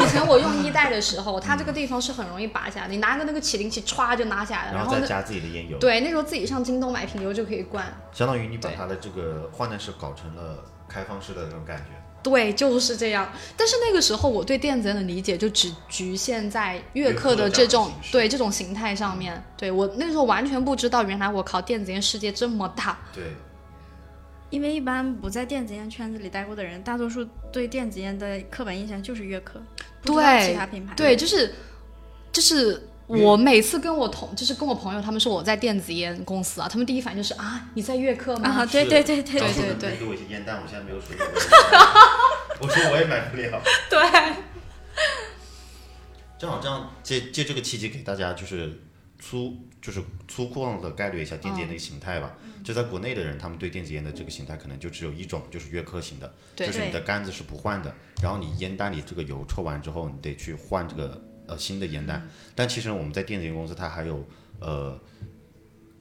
以前我用一代的时候，它这个地方是很容易拔下来，你拿个那个起灵器歘就拿下来了，然然后后再那加自己的烟油，，对那时候自己上京东买瓶油就可以灌。相当于你把对它的这个换弹式搞成了开放式的那种感觉。对，就是这样。但是那个时候我对电子烟的理解就只局限在乐课的这种乐课这样的形式对这种形态上面。对我那时候完全不知道，原来我靠，电子烟世界这么大。对，因为一般不在电子烟圈子里待过的人，大多数对电子烟的刻板印象就是悦刻，不知道对其他品牌。对，就是就是我每次跟我同就是跟我朋友他们说我在电子烟公司啊，他们第一反应就是啊你在悦客吗？啊，对对对对然对后说能不对能给我一些烟弹，我现在没有水果。我说我也买不了。对，正好这样借借这个契机给大家就是粗就是粗犷的概率一下电子烟的一个嗯形态吧。就在国内的人，他们对电子烟的这个形态可能就只有一种，就是约克型的，对就是你的杆子是不换的，然后你烟弹里这个油抽完之后，你得去换这个呃新的烟弹。嗯但其实我们在电子烟公司，它还有呃。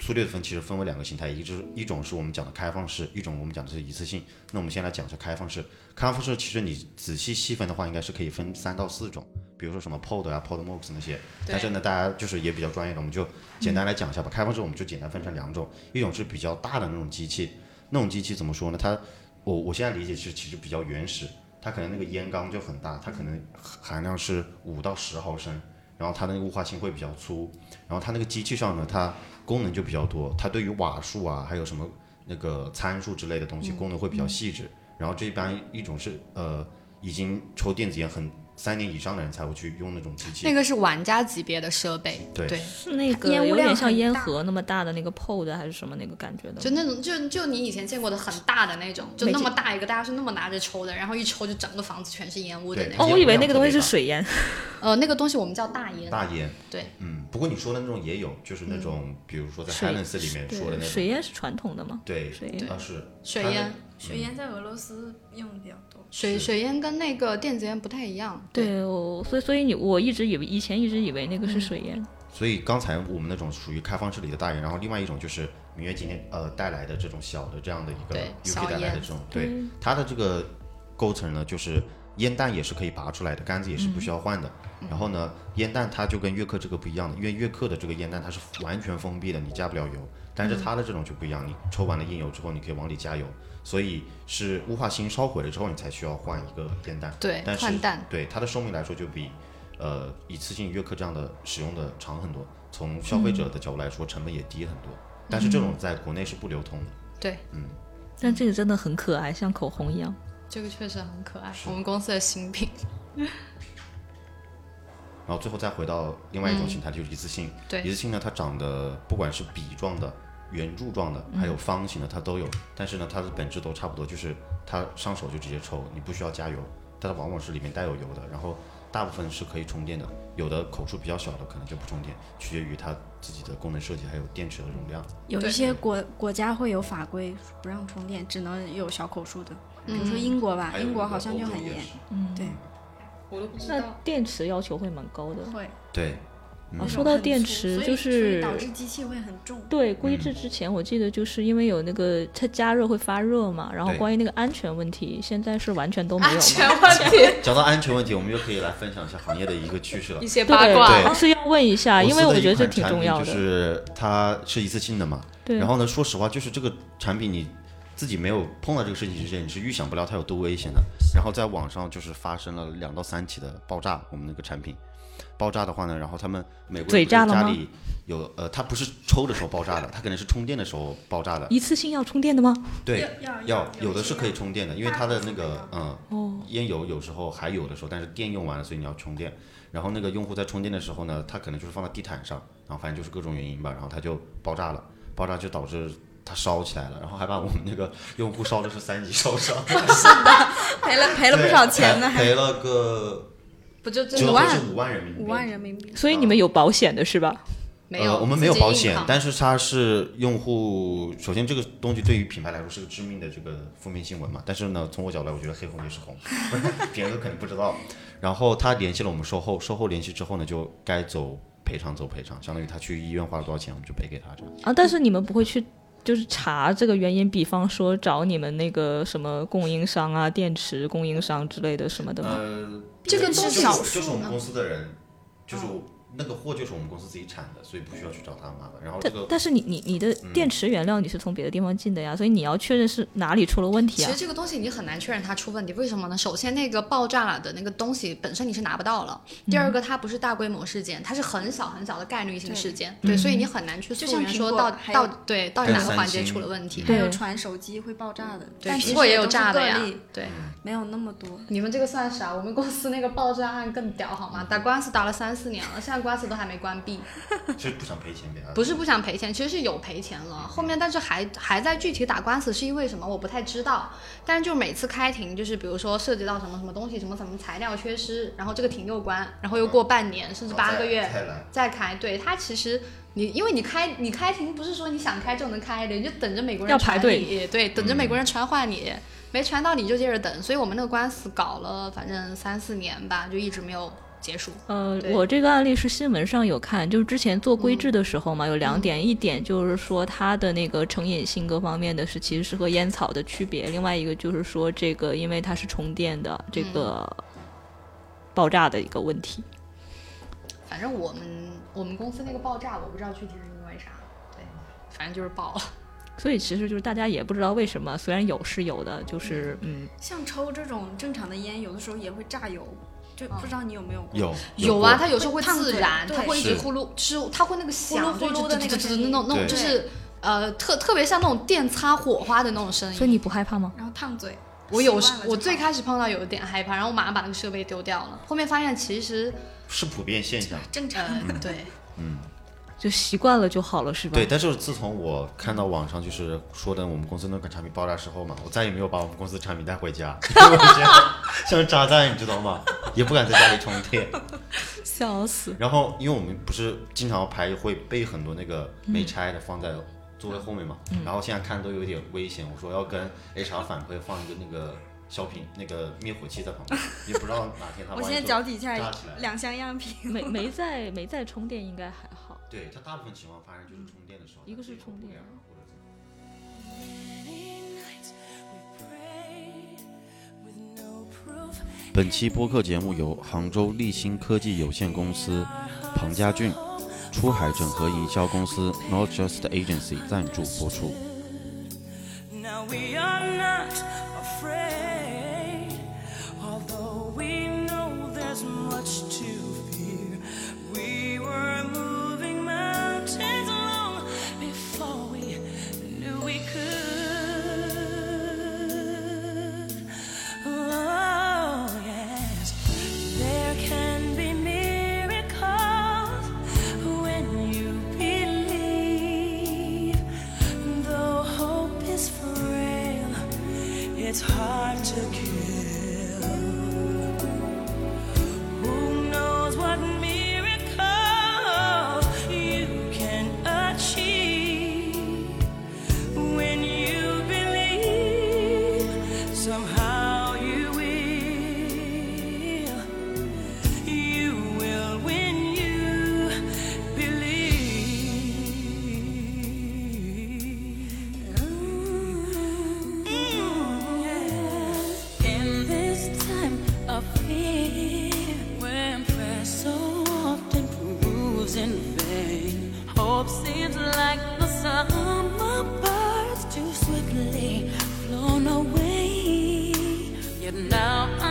粗略的分其实分为两个形态，一就是一种是我们讲的开放式，一种我们讲的是一次性。那我们先来讲一下开放式。开放式其实你仔细细分的话，应该是可以分三到四种，比如说什么 POD 啊、PODMOX 那些。但是呢，大家就是也比较专业的，我们就简单来讲一下吧。开放式我们就简单分成两种，一种是比较大的那种机器，那种机器怎么说呢？它，我我现在理解是其实比较原始，它可能那个烟缸就很大，它可能含量是五到十毫升，然后它那个雾化性会比较粗，然后它那个机器上呢，它功能就比较多，它对于瓦数啊，还有什么那个参数之类的东西，功能会比较细致。然后这一般一种是呃，已经抽电子烟很三年以上的人才会去用那种机器。那个是玩家级别的设备，对对是那个烟雾有量点很像烟大盒那么大的那个 POD 还是什么那个感觉的就吗？那种就就你以前见过的很大的那种，就没那见么大一个，大家是那么拿着抽的，然后一抽就整个房子全是烟雾的对那哦，种。我以为那个东烟西是盒水烟，呃，那个东西我们叫大烟，大烟，对，嗯，不过你说的那种也有，就是那种，比如说在嗯水 Helen 里面说的对，那水种，烟是传统的嘛？对水烟啊是水它那烟，雪烟在俄罗斯用的比较多。水是水烟跟那个电子烟不太一样，对，我所以所以你我一直以为以前一直以为那个是水烟，所以刚才我们那种属于开放式里的大烟，然后另外一种就是明月今天呃带来的这种小的这样的一个对 UK 小带来的烟这种，对它的这个构成呢，就是烟弹也是可以拔出来的，杆子也是不嗯需要换的。然后呢，烟弹它就跟悦刻这个不一样的，因为悦刻的这个烟弹它是完全封闭的，你加不了油，但是它的这种就不一样，你抽完了烟油之后，你可以往里加油，所以是雾化芯烧毁了之后，你才需要换一个烟弹。对但，是换弹。对它的寿命来说，就比呃一次性约克这样的使用的长很多。从消费者的角度来说，成本也低很多。但是这种在国内是不流通的。对，但这个真的很可爱，像口红一样。这个确实很可爱，是我们公司的新品。然后最后再回到另外一种形态，就是一次性。嗯对一次性呢，它长得不管是笔状的、圆柱状的，还有方形的，它都有。但是呢，它的本质都差不多，就是它上手就直接抽，你不需要加油。但它往往是里面带有油的，然后大部分是可以充电的，有的口数比较小的可能就不充电，取决于它自己的功能设计还有电池的容量。有对一些国国家会有法规不让充电，只能有小口数的，比嗯如说英国吧，还有英那国个好像就欧洲很也严。是对，我都不知那。电池要求会蛮高嗯的。会。对，哦啊，说到电池，所以就所以是导致机器会很重。对，规制之前我记得就是因为有那个它加热会发热嘛，然后对关于那个安全问题，现在是完全都没有安嘛。全问题，讲到安全问题，我们又可以来分享一下行业的一个趋势了一。些对八卦对，是要问一下，啊因为我公司的觉得一这款挺产重品要就的。是它是一次性的嘛。对，然后呢，说实话，就是这个产品你自己没有碰到这个事情之前，你是预想不了它有多危险的。然后在网上就是发生了两到三起的爆炸，我们那个产品爆炸的话呢，然后他们美国嘴人不是炸了家吗里有呃，它不是抽的时候爆炸的，它可能是充电的时候爆炸的。一次性要充电的吗？对，要要有的些是可以充电的，因为它的那个嗯哦，烟油有时候还有的时候，但是电用完了，所以你要充电。然后那个用户在充电的时候呢，他可能就是放在地毯上，然后反正就是各种原因吧，然后它就爆炸了，爆炸就导致它烧起来了，然后还把我们那个用户烧的是三级烧伤，赔了赔了不少钱呢，对还赔了个不就这折五合万是五万人民币，五万人民币。所以你们有保险的是吧？没有、呃，我们没有保自己硬险扛，但是它是用户。首先，这个东西对于品牌来说是个致命的这个负面新闻嘛。但是呢，从我角度来，我觉得黑红也是红， 别人都可能不知道。然后他联系了我们售后，售后联系之后呢，就该走赔偿走赔偿，相当于他去医院花了多少钱，我们就赔给他这样。啊，但是你们不会去就是查这个原因，比方说找你们那个什么供应商啊、电池供应商之类的什么的吗？呃，这个就都是少就是数哦我们呢公司的人，就是那个货就是我们公司自己产的，所以不需要去找他麻烦。然后这但呃个但是你你你的嗯电池原料你是从别的地方进的呀，所以你要确认是哪里出了问题其啊实。这个东西你很难确认它出问题，为什么呢？首先，那个爆炸的那个东西本身你是拿不到了；嗯第二个，它不是大规模事件，它是很小很小的概率性事件，对，所以你很难去就溯源像苹说果到还有到对到底哪嗯还有个三环节星出了问题。还对有传手机会爆炸的，对，但苹其果实也有都是炸的个呀例，对。嗯没有那么多。你们这个算啥？我们公司那个爆炸案更屌好吗？打官司打了三四年了，现在官司都还没关闭。就是不想赔钱给他。不是不想赔钱，其实是有赔钱了，后面但是还还在具体打官司，是因为什么我不太知道。但是就每次开庭，就是比如说涉及到什么什么东西，什么什么材料缺失，然后这个庭又关，然后又过半年甚至八个月然后哦再再来再开。对他其实你因为你开你开庭不是说你想开就能开的，你就等着美国人要排传队你，对，等着美国人传唤你。没传到你就接着等，所以我们那个官司搞了反正三四年吧，就一直没有结束。呃，对我这个案例是新闻上有看，就是之前做规制的时候嘛，有两点，一点就是说它的那个成瘾性各方面的是其实是和烟草的区别，另外一个就是说这个因为它是充电的这个爆炸的一个问题。反正我们我们公司那个爆炸，我不知道具体是因为啥，对，反正就是爆了。所以其实就是大家也不知道为什么，虽然有是有的，就是嗯，像抽这种正常的烟，有的时候也会炸油，就嗯不知道你有没有过。有有啊，过它有时候会自燃，对它会一直是呼噜，就是它会那个响，呼噜就呼噜的那就个声就音那种那种对就是呃特特别像那种电擦火花的那种声音。嗯所以你不害怕吗？然后烫嘴。我有习时惯了就我最好开始碰到有一点害怕，然后我马上把那个设备丢掉了。后面发现其实是普遍现象。正常呃嗯对，就习惯了就好了，是吧？对，但是自从我看到网上就是说的我们公司那款产品爆炸之后嘛，我再也没有把我们公司产品带回家， 我觉得像炸弹，你知道吗？也不敢在家里充电。笑死！然后，因为我们不是经常排会备很多那个没拆的放在作为后面嘛，然后现在看都有点危险，我说要跟 HR 反馈放一个那个小品那个灭火器在旁边，也不知道哪天他我万一现在就脚底下扎起来两箱样品，没没在没在充电应该还好。对它大部分情况发生就是充电的时候，一个是它自己充电会不会啊或者怎么样本期播客节目由杭州立新科技有限公司、庞家俊、出海整合营销公司 Not Just Agency 赞助播出。 Now we are not afraid, although we know there's much to fear. We were moving mountains long before we knew we could. Oh, yes, there can be miracles when you believe. Though hope is frail, it's hard to kill. Who knows what miracle you can achieve when you believe? Somehow you will. You will when you believe. In this time of fear, when prayer so often proves in vain, hope seems like the summer birds too swiftly flown away. Yet now I Uh-huh.